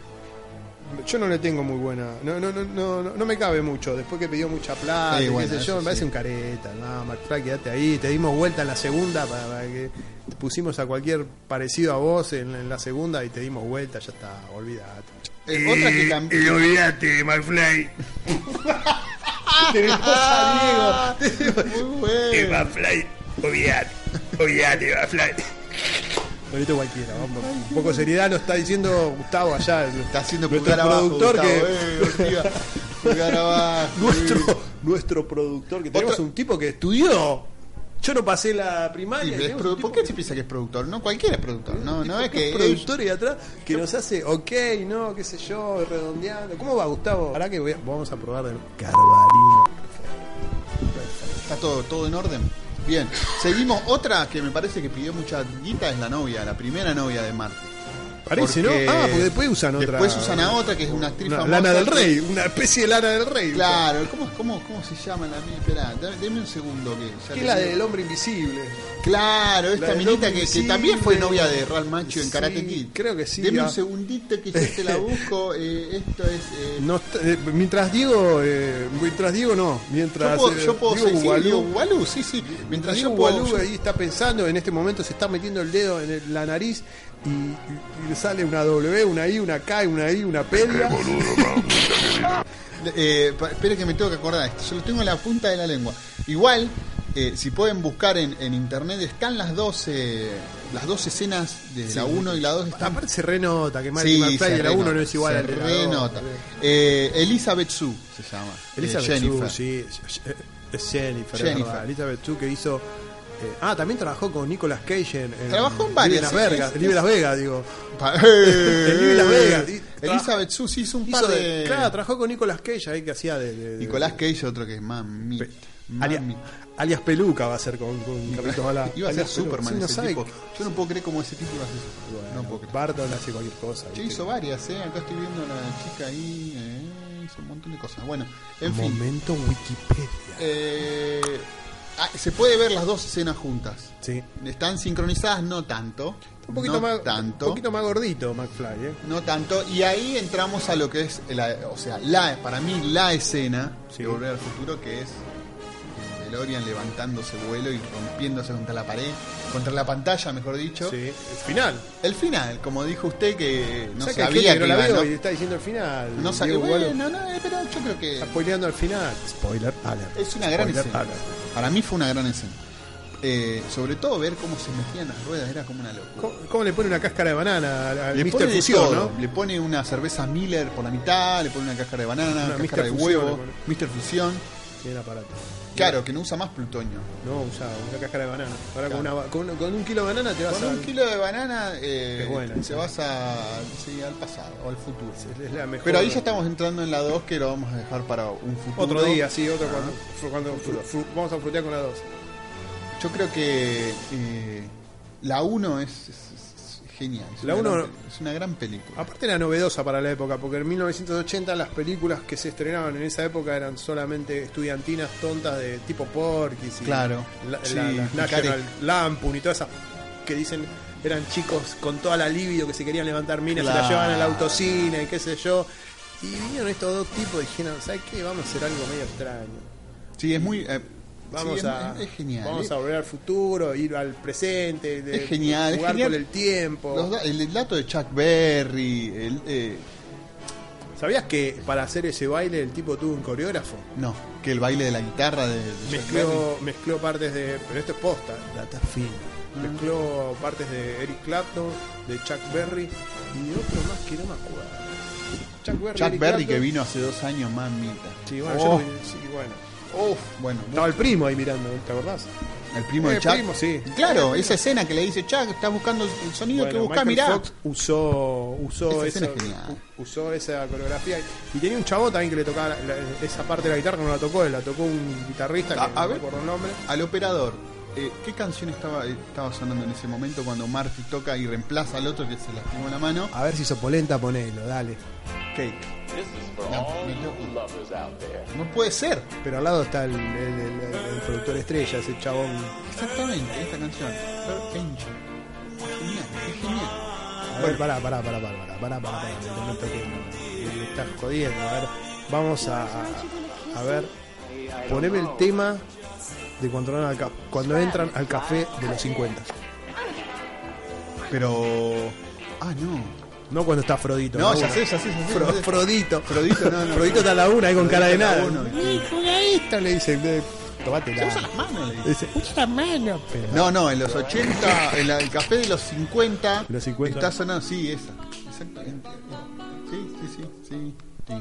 Speaker 1: yo no le tengo muy buena. No, no, no, no, no, no me cabe mucho. Después que pidió mucha plata,
Speaker 2: Sí,
Speaker 1: y qué
Speaker 2: bueno,
Speaker 1: sé yo,
Speaker 2: eso
Speaker 1: me parece
Speaker 2: sí.
Speaker 1: un careta. No, McFly, quédate ahí. Te dimos vuelta en la segunda para, para que te pusimos a cualquier parecido a vos en, en la segunda y te dimos vuelta. Ya está, olvidate.
Speaker 2: Eh, otra que cambió.
Speaker 4: Y olvídate, McFly.
Speaker 2: Muy bueno.
Speaker 4: McFly, olvídate. Olvídate, McFly.
Speaker 1: Bonito cualquiera, vamos. Un poco de seriedad nos está diciendo Gustavo allá. el-
Speaker 2: Está haciendo
Speaker 1: nuestro
Speaker 2: pulgar abajo.
Speaker 1: productor
Speaker 2: Gustavo,
Speaker 1: que.
Speaker 2: eh, Ortiga. Pulgar abajo. eh.
Speaker 1: nuestro, nuestro productor que tenemos
Speaker 2: Otra-
Speaker 1: un tipo que estudió. Yo no pasé la primaria. y
Speaker 2: Sí, pero es
Speaker 1: tenemos
Speaker 2: produ-
Speaker 1: un
Speaker 2: ¿Por
Speaker 1: tipo
Speaker 2: qué
Speaker 1: que-
Speaker 2: se piensa que es productor? No, cualquiera es productor. No, no
Speaker 1: Tipo,
Speaker 2: es
Speaker 1: que
Speaker 2: que.
Speaker 1: es productor y atrás que nos hace ok, no, qué sé yo, redondeando. ¿Cómo va, Gustavo? Ahora que voy a- vamos a probar de Carvalino.
Speaker 2: Está todo, todo en orden. Bien, seguimos. Otra que me parece que pidió mucha guita es la novia, la primera novia de Marte.
Speaker 1: Parece,
Speaker 2: Porque-
Speaker 1: ¿no? Ah, porque después usan otra.
Speaker 2: Después usan a otra que es una actriz
Speaker 1: Una
Speaker 2: famosa.
Speaker 1: lana del
Speaker 2: que-
Speaker 1: rey, una especie de lana del rey.
Speaker 2: Claro, ¿cómo, cómo, cómo se llama la mía? Espera, deme un segundo. Que ya
Speaker 1: Que
Speaker 2: te
Speaker 1: es la
Speaker 2: digo.
Speaker 1: del hombre invisible.
Speaker 2: Claro,
Speaker 1: La
Speaker 2: esta
Speaker 1: del
Speaker 2: minita
Speaker 1: hombre
Speaker 2: que, que
Speaker 1: invisible.
Speaker 2: también fue novia de Ralph Macho en
Speaker 1: Sí,
Speaker 2: Karate Kid.
Speaker 1: creo que sí,
Speaker 2: Deme
Speaker 1: ah.
Speaker 2: un segundito que yo te la busco. eh, esto es. eh,
Speaker 1: No está- eh, mientras Diego, eh, mientras Diego no,
Speaker 2: yo
Speaker 1: mientras
Speaker 2: puedo,
Speaker 1: eh,
Speaker 2: yo puedo
Speaker 1: Diego
Speaker 2: seguir,
Speaker 1: Gualú-
Speaker 2: digo, Gualú, sí, sí. Mientras yo
Speaker 1: Diego
Speaker 2: puedo.
Speaker 1: Gualú
Speaker 2: yo-
Speaker 1: ahí está pensando, en este momento se está metiendo el dedo en el- la nariz y, y- y le sale una W, una I, una K, una I, una pedia.
Speaker 2: Eh, pa- espere que me tengo que acordar de esto. Yo lo tengo en la punta de la lengua. Igual, eh, si pueden buscar en, en internet, están las 12, las dos escenas de la 1 y la 2. Están
Speaker 1: Aparte se renota que Marty
Speaker 2: Mm. Sí,
Speaker 1: McFly
Speaker 2: se
Speaker 1: de la 1
Speaker 2: renota,
Speaker 1: no es igual
Speaker 2: se
Speaker 1: al de la
Speaker 2: renota.
Speaker 1: dos.
Speaker 2: Eh, Elizabeth Sue se llama.
Speaker 1: Elizabeth
Speaker 2: Eh, Jennifer.
Speaker 1: Sue, sí, eh, es Jennifer, es
Speaker 2: Jennifer.
Speaker 1: verdad. Elizabeth Sue que hizo eh, ah, también trabajó con Nicolas Cage en, en
Speaker 2: Trabajó en
Speaker 1: Vive
Speaker 2: varias,
Speaker 1: Las
Speaker 2: sí,
Speaker 1: Vegas,
Speaker 2: es- es-
Speaker 1: Vive Las Vegas, digo.
Speaker 2: Pa- Eh,
Speaker 1: El Vive Las Vegas. y tra-
Speaker 2: Elizabeth Sue sí, hizo un
Speaker 1: hizo
Speaker 2: par
Speaker 1: de-
Speaker 2: de.
Speaker 1: Claro, trabajó con Nicolas Cage ahí que hacía de, de- de-
Speaker 2: Nicolás Cage, otro que es mami.
Speaker 1: Pe-
Speaker 2: Mami.
Speaker 1: alias, alias Peluca va a ser con, con Carlitos Balá.
Speaker 2: Iba a ser
Speaker 1: Alias Peluca.
Speaker 2: Superman
Speaker 1: Sí, no
Speaker 2: ese
Speaker 1: sabe
Speaker 2: tipo.
Speaker 1: que-
Speaker 2: Yo no puedo creer cómo ese tipo iba a ser Superman.
Speaker 1: bueno,
Speaker 2: no puedo creer.
Speaker 1: Barton hace cualquier cosa.
Speaker 2: Che,
Speaker 1: ¿viste?
Speaker 2: hizo varias, ¿eh? Acá estoy viendo a la chica ahí. eh, Hizo un montón de cosas. Bueno, en fin.
Speaker 1: Momento Wikipedia.
Speaker 2: Eh, ah, se puede ver las dos escenas juntas.
Speaker 1: Sí.
Speaker 2: Están sincronizadas, no tanto.
Speaker 1: Un poquito,
Speaker 2: no
Speaker 1: más,
Speaker 2: tanto.
Speaker 1: un poquito más gordito McFly, ¿eh?
Speaker 2: No tanto. Y ahí entramos a lo que es, la, o sea, la, para mí, la escena
Speaker 1: Sí.
Speaker 2: de Volver al Futuro, que es eh, DeLorean levantándose vuelo y rompiéndose contra la pared, contra la pantalla, mejor dicho.
Speaker 1: Sí, el final.
Speaker 2: El final, como dijo usted, que no
Speaker 1: O sea, que hay
Speaker 2: sabía
Speaker 1: gente
Speaker 2: que
Speaker 1: no la
Speaker 2: iba,
Speaker 1: veo
Speaker 2: ¿no?
Speaker 1: y está diciendo el final.
Speaker 2: No sabía,
Speaker 1: Diego Gualo
Speaker 2: bueno, no, eh, pero yo creo que
Speaker 1: Está spoileando al final. Spoiler alert.
Speaker 2: es una gran
Speaker 1: Spoiler
Speaker 2: escena.
Speaker 1: alert.
Speaker 2: Para mí fue una gran escena. Eh, sobre todo ver cómo se metían las ruedas era como una locura.
Speaker 1: ¿Cómo, cómo le pone una cáscara de banana al- al
Speaker 2: Le pone,
Speaker 1: Mr.
Speaker 2: de
Speaker 1: Fusión,
Speaker 2: todo.
Speaker 1: no?
Speaker 2: le pone una cerveza Miller por la mitad, le pone una cáscara de banana,
Speaker 1: Una
Speaker 2: cáscara de
Speaker 1: Mr. Fusión le
Speaker 2: huevo,
Speaker 1: pone.
Speaker 2: Mr. Fusión.
Speaker 1: Tiene el aparato.
Speaker 2: Claro, que no usa más plutonio.
Speaker 1: No, usa una cáscara de banana. Ahora con,
Speaker 2: Claro.
Speaker 1: una ba- con, con un kilo de banana te vas
Speaker 2: Con un
Speaker 1: a.
Speaker 2: kilo de banana eh,
Speaker 1: Es buena.
Speaker 2: se vas a, sí, al pasado o al futuro.
Speaker 1: Es la mejor.
Speaker 2: Pero ahí ya estamos entrando en la 2 que lo vamos a dejar para un futuro.
Speaker 1: Otro día, sí, otro cuando,
Speaker 2: Ah.
Speaker 1: fru- cuando fru- fru- vamos a frutear con las dos.
Speaker 2: Yo creo que eh, la 1 es, es- es genial. Es
Speaker 1: La uno-
Speaker 2: una
Speaker 1: Ah,
Speaker 2: gran pel- es una gran película.
Speaker 1: Aparte era novedosa para la época, porque en 1980 las películas que se estrenaban en esa época eran solamente estudiantinas tontas de tipo Porky's y
Speaker 2: Claro.
Speaker 1: la- la-
Speaker 2: Sí,
Speaker 1: las
Speaker 2: y
Speaker 1: National
Speaker 2: Care-
Speaker 1: Lampoon y todas esas que dicen eran chicos con toda la libido que se querían levantar minas y la
Speaker 2: Claro.
Speaker 1: llevaban a la autocina y qué sé yo. Y vinieron estos dos tipos y dijeron, ¿sabes qué? Vamos a hacer algo medio extraño.
Speaker 2: Sí, es muy. eh,
Speaker 1: Vamos
Speaker 2: sí, es-
Speaker 1: a
Speaker 2: Es, es genial.
Speaker 1: Vamos
Speaker 2: eh.
Speaker 1: a volver al futuro, ir al presente, de-
Speaker 2: Es genial, es
Speaker 1: jugar
Speaker 2: genial.
Speaker 1: con el tiempo.
Speaker 2: Los da- el, el dato de Chuck Berry. El, eh,
Speaker 1: ¿Sabías que para hacer ese baile el tipo tuvo un coreógrafo?
Speaker 2: no, que el baile de la guitarra de, de Chuck Berry.
Speaker 1: Mezcló, mezcló partes de. Pero esto es posta, data fina. Mezcló partes de Eric Clapton, de Chuck Berry y otro más que no me acuerdo. Chuck Berry,
Speaker 2: Chuck
Speaker 1: Eric
Speaker 2: Berry que
Speaker 1: Clapton.
Speaker 2: vino hace dos años, mamita.
Speaker 1: Sí, bueno,
Speaker 2: Oh,
Speaker 1: yo no- sí, bueno.
Speaker 2: oh, bueno,
Speaker 1: Estaba el primo ahí mirando, ¿te acordás?
Speaker 2: el primo de
Speaker 1: Eh,
Speaker 2: Chuck.
Speaker 1: primo, sí.
Speaker 2: Claro, esa escena que le dice Chuck, estás buscando el sonido que
Speaker 1: Bueno,
Speaker 2: buscás,
Speaker 1: Michael
Speaker 2: mirá.
Speaker 1: Fox usó, usó,
Speaker 2: Esa
Speaker 1: eso,
Speaker 2: escena es genial.
Speaker 1: u- usó esa coreografía. Y tenía un chabón también que le tocaba la- la- esa parte de la guitarra, no la tocó él, la tocó un guitarrista
Speaker 2: A-
Speaker 1: que
Speaker 2: a
Speaker 1: no
Speaker 2: ver.
Speaker 1: me acuerdo el nombre.
Speaker 2: Al operador, eh, ¿qué canción estaba, estaba sonando en ese momento cuando Marty toca y reemplaza al otro que se lastimó la mano?
Speaker 1: A ver si hizo polenta, ponelo, dale.
Speaker 2: Kate. No, me loco. no puede ser.
Speaker 1: Pero al lado está el, el- el- el- el productor estrella, ese chabón.
Speaker 2: Exactamente, esta canción. Third Angel. Genial, es genial.
Speaker 1: A ver, pará, pará, pará, pará, pará, pará, pará, pará, un momento que me- me estás jodiendo. A ver, vamos a, a- a ver, poneme el tema de cuando entran al ca- cuando entran al café de los 50.
Speaker 2: Pero. Ah, no.
Speaker 1: No cuando está Frodito.
Speaker 2: No,
Speaker 1: la
Speaker 2: ya
Speaker 1: una.
Speaker 2: sé, ya sé, ya sé,
Speaker 1: Fro-
Speaker 2: ya sé.
Speaker 1: Frodito.
Speaker 2: Frodito, no, no.
Speaker 1: Frodito está a la una ahí con
Speaker 2: Frodito
Speaker 1: cara de
Speaker 2: está a
Speaker 1: nada.
Speaker 2: la una, sí.
Speaker 1: Juega esto, le dice. eh, Tómatela.
Speaker 2: Usa las manos, le dice.
Speaker 1: Dice, usa la mano. Pero
Speaker 2: No, no, en los 80, en la- el café de los 50,
Speaker 1: Los 50.
Speaker 2: está sonando, sí, esa, exactamente. Sí, sí, sí, sí.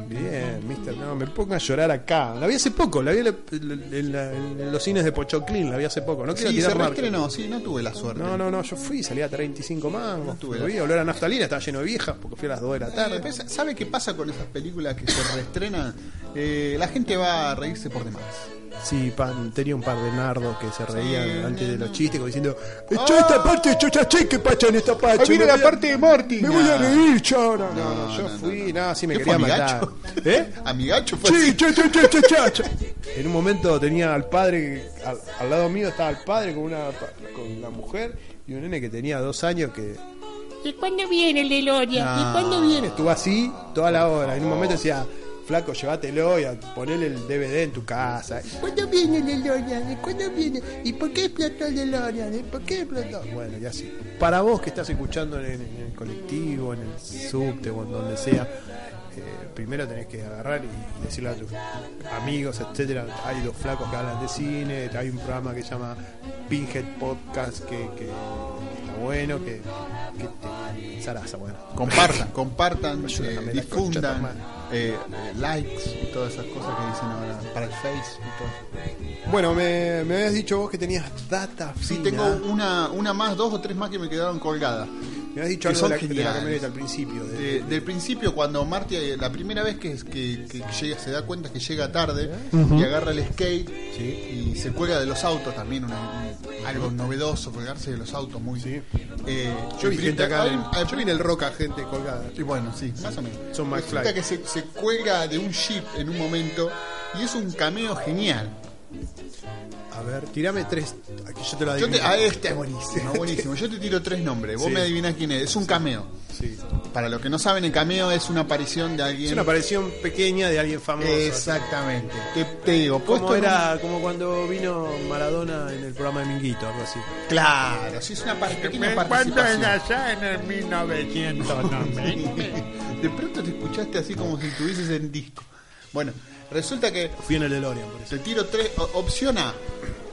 Speaker 1: Bien, mister, no, me pongo a llorar acá. La vi hace poco, la vi en, la- en la- en los cines de Pochoclin, la vi hace poco. No quiero
Speaker 2: Sí, se
Speaker 1: tirar marca.
Speaker 2: reestrenó, sí, no tuve la suerte.
Speaker 1: No, no, no, yo fui, salí a 35 mangos.
Speaker 2: tuve
Speaker 1: lo
Speaker 2: la-
Speaker 1: vi, olor a naftalina, estaba lleno de viejas porque fui a las 2 de la
Speaker 2: Tarde,
Speaker 1: tarde.
Speaker 2: pues, ¿Sabe qué pasa con esas películas que se reestrenan? Eh, la gente va a reírse por demás.
Speaker 1: Sí, pan, tenía un par de nardos que se reían
Speaker 2: Sí,
Speaker 1: antes de
Speaker 2: no,
Speaker 1: los
Speaker 2: no. Ah.
Speaker 1: chistes, como diciendo: Echa esta parte, echa esta che, que pacha en esta pacha.
Speaker 2: Ahí viene
Speaker 1: me
Speaker 2: la
Speaker 1: voy a-
Speaker 2: parte de Morty.
Speaker 1: Me voy a
Speaker 2: Nah.
Speaker 1: reír, chora. No,
Speaker 2: No,
Speaker 1: no, yo
Speaker 2: no, no,
Speaker 1: fui, nada, sí me
Speaker 2: ¿Qué
Speaker 1: quería
Speaker 2: fue, Ah,
Speaker 1: matar.
Speaker 2: amigacho?
Speaker 1: ¿Eh?
Speaker 2: Amigacho pues. fue
Speaker 1: Sí,
Speaker 2: así.
Speaker 1: cha, cha, cha, cha, cha, cha. En un momento tenía al padre, al, al lado mío estaba el padre con una, pa- con la mujer y un nene que tenía dos años que
Speaker 5: ¿Y cuándo viene el DeLorean?
Speaker 2: Ah.
Speaker 5: ¿Y cuándo viene?
Speaker 1: estuvo así toda la hora. En un momento decía, flaco, llévatelo y a ponerle el DVD en tu casa. ¿Y cuándo viene el DeLorean? ¿Y cuándo viene? ¿Y por qué explotó el DeLorean? ¿Y por qué explotó? Bueno, ya sí. Para vos que estás escuchando en, en- en el colectivo, en el subte o en donde sea, eh, primero tenés que agarrar y decirle a tus amigos, etcétera. Hay dos flacos que hablan de cine, hay un programa que se llama Pinhead Podcast que, que está bueno, que, que te zaraza, bueno.
Speaker 2: Compartan, compartan,
Speaker 1: Ayúdame,
Speaker 2: eh,
Speaker 1: la concha de tu
Speaker 2: difundan,
Speaker 1: hermana.
Speaker 2: eh, eh, likes y todas esas cosas que dicen ahora para el Face y todo.
Speaker 1: Bueno, me, me habías dicho vos que tenías data fina.
Speaker 2: Sí, tengo una, una más, dos o tres más que me quedaron colgadas.
Speaker 1: Me habías dicho
Speaker 2: que
Speaker 1: algo de la,
Speaker 2: son
Speaker 1: de la
Speaker 2: geniales.
Speaker 1: camioneta al principio. de-
Speaker 2: De- del principio, cuando Marty, eh, la primera vez que, que- que llega, se da cuenta que llega tarde y agarra el skate y se cuelga de los autos también, una- un- algo novedoso, colgarse de los autos muy.
Speaker 1: Sí.
Speaker 2: Eh,
Speaker 1: yo vi
Speaker 2: el
Speaker 1: gente acá.
Speaker 2: primer- hay
Speaker 1: en
Speaker 2: un-
Speaker 1: el-
Speaker 2: hay-
Speaker 1: yo vi en el roca gente colgada.
Speaker 2: y bueno, sí, más o menos.
Speaker 1: Son
Speaker 2: Resulta
Speaker 1: McFly.
Speaker 2: que se, se cuelga de un jeep en un momento y es un cameo genial.
Speaker 1: A ver, tirame tres. Aquí yo te la
Speaker 2: Yo
Speaker 1: digo.
Speaker 2: te, ah, este es buenísimo, buenísimo. Yo te tiro tres nombres, vos
Speaker 1: Sí.
Speaker 2: me adivinás quién es. Es un cameo.
Speaker 1: Sí.
Speaker 2: para los que no saben, el cameo es una aparición de alguien.
Speaker 1: Es una aparición pequeña de alguien famoso.
Speaker 2: Exactamente. Te, te digo,
Speaker 1: Como
Speaker 2: puesto en
Speaker 1: era como cuando vino Maradona en el programa de Minguito, algo así.
Speaker 2: un- Claro, sí, es una par- pequeña participación.
Speaker 4: allá en el 1990.
Speaker 2: De pronto te escuchaste así como si estuvieses en disco. Bueno, resulta que
Speaker 1: Fui en el DeLorean, por eso.
Speaker 2: te tiro tres. o- Opción A.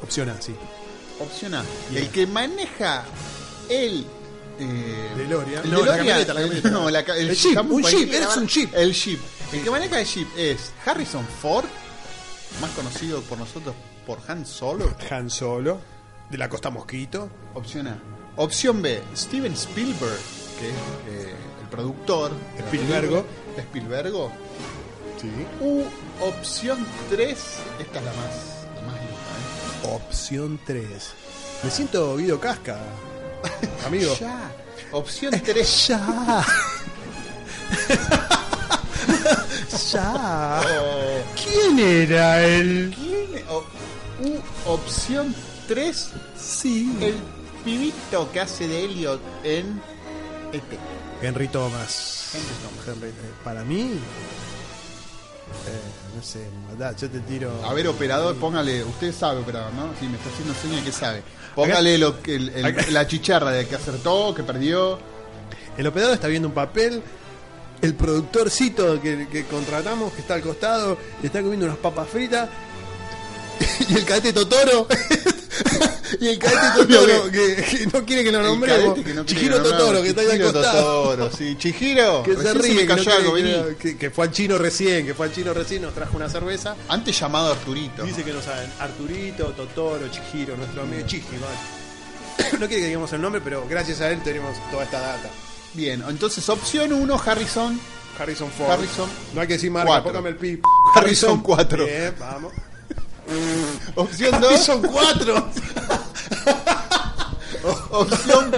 Speaker 1: Opción A, sí.
Speaker 2: Opción A. El que maneja el. Eh,
Speaker 1: DeLorean.
Speaker 2: el
Speaker 1: No, la
Speaker 2: DeLorean-
Speaker 1: camioneta, la camioneta.
Speaker 2: No, la ca- el,
Speaker 1: El Jeep,
Speaker 2: estamos
Speaker 1: un
Speaker 2: en
Speaker 1: Jeep,
Speaker 2: cualquier-
Speaker 1: eres un Jeep.
Speaker 2: El Jeep. El que maneja el Jeep es Harrison Ford, más conocido por nosotros por Han Solo.
Speaker 1: Han Solo, de la Costa Mosquito.
Speaker 2: Opción A. Opción B, Steven Spielberg, que es eh, el productor. de la
Speaker 1: Spielbergo.
Speaker 2: película. Spielbergo.
Speaker 1: Sí.
Speaker 2: U opción 3, esta es la más, la más loca, ¿eh?
Speaker 1: Opción 3. Me siento Guido Casca,
Speaker 2: ¿eh?
Speaker 1: amigo.
Speaker 2: Ya. Opción 3.
Speaker 1: Ya. ya. ¿Quién era él?
Speaker 2: U opción 3,
Speaker 1: Sí.
Speaker 2: el pibito que hace de Elliot en
Speaker 1: E
Speaker 2: ET.
Speaker 1: Henry Thomas.
Speaker 2: Henry Thomas.
Speaker 1: Henry- eh, para mí. eh, no sé, maldad, yo te tiro.
Speaker 2: A ver, operador, póngale. Usted sabe, operador, ¿no? Sí, me está haciendo señas que sabe. Póngale lo, que- el- el- la chicharra de que acertó, que perdió.
Speaker 1: El operador está viendo un papel. El productorcito que, que contratamos, que está al costado, le está comiendo unas papas fritas. Y el cadete Totoro. y el cadete Totoro, que, que no quiere que lo
Speaker 2: El
Speaker 1: nombremos.
Speaker 2: cadete que no quiere
Speaker 1: Chihiro
Speaker 2: ganar,
Speaker 1: Totoro, que está ahí al
Speaker 2: Chihiro
Speaker 1: costado.
Speaker 2: Totoro, sí. Chihiro,
Speaker 1: Que se
Speaker 2: recién
Speaker 1: ríe,
Speaker 2: me
Speaker 1: que, no
Speaker 2: cayó
Speaker 1: quiere
Speaker 2: algo,
Speaker 1: que-
Speaker 2: vení.
Speaker 1: que- que fue al chino recién, que fue al chino recién, nos trajo una cerveza.
Speaker 2: Antes llamado Arturito.
Speaker 1: Dice que no saben. Arturito, Totoro, Chihiro, nuestro amigo Chihi, vale. No quiere que digamos el nombre, pero gracias a él tenemos toda esta data.
Speaker 2: Bien, entonces opción 1, Harrison.
Speaker 1: Harrison Ford.
Speaker 2: Harrison
Speaker 1: No hay que decir marca,
Speaker 2: cuatro.
Speaker 1: póngame el pi.
Speaker 2: Harrison cuatro.
Speaker 1: Bien, vamos.
Speaker 2: Opción 2,
Speaker 1: Harrison 4.
Speaker 2: opción.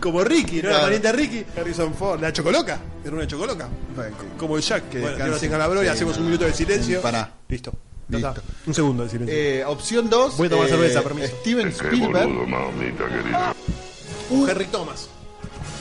Speaker 1: Como Ricky, ¿no?
Speaker 2: Claro.
Speaker 1: La pariente de Ricky. Harrison Ford. La chocoloca. Era una chocoloca.
Speaker 2: Bueno,
Speaker 1: Como el Jack, que
Speaker 2: Bueno,
Speaker 1: que no
Speaker 2: descanse.
Speaker 1: tenga la broria,
Speaker 2: Sí,
Speaker 1: hacemos
Speaker 2: no,
Speaker 1: un minuto de silencio.
Speaker 2: Pará.
Speaker 1: Listo. Ya
Speaker 2: Listo.
Speaker 1: está. Un segundo de silencio.
Speaker 2: eh, opción 2,
Speaker 1: Voy a tomar cerveza, permiso.
Speaker 2: Steven Spielberg
Speaker 1: O Henry Thomas.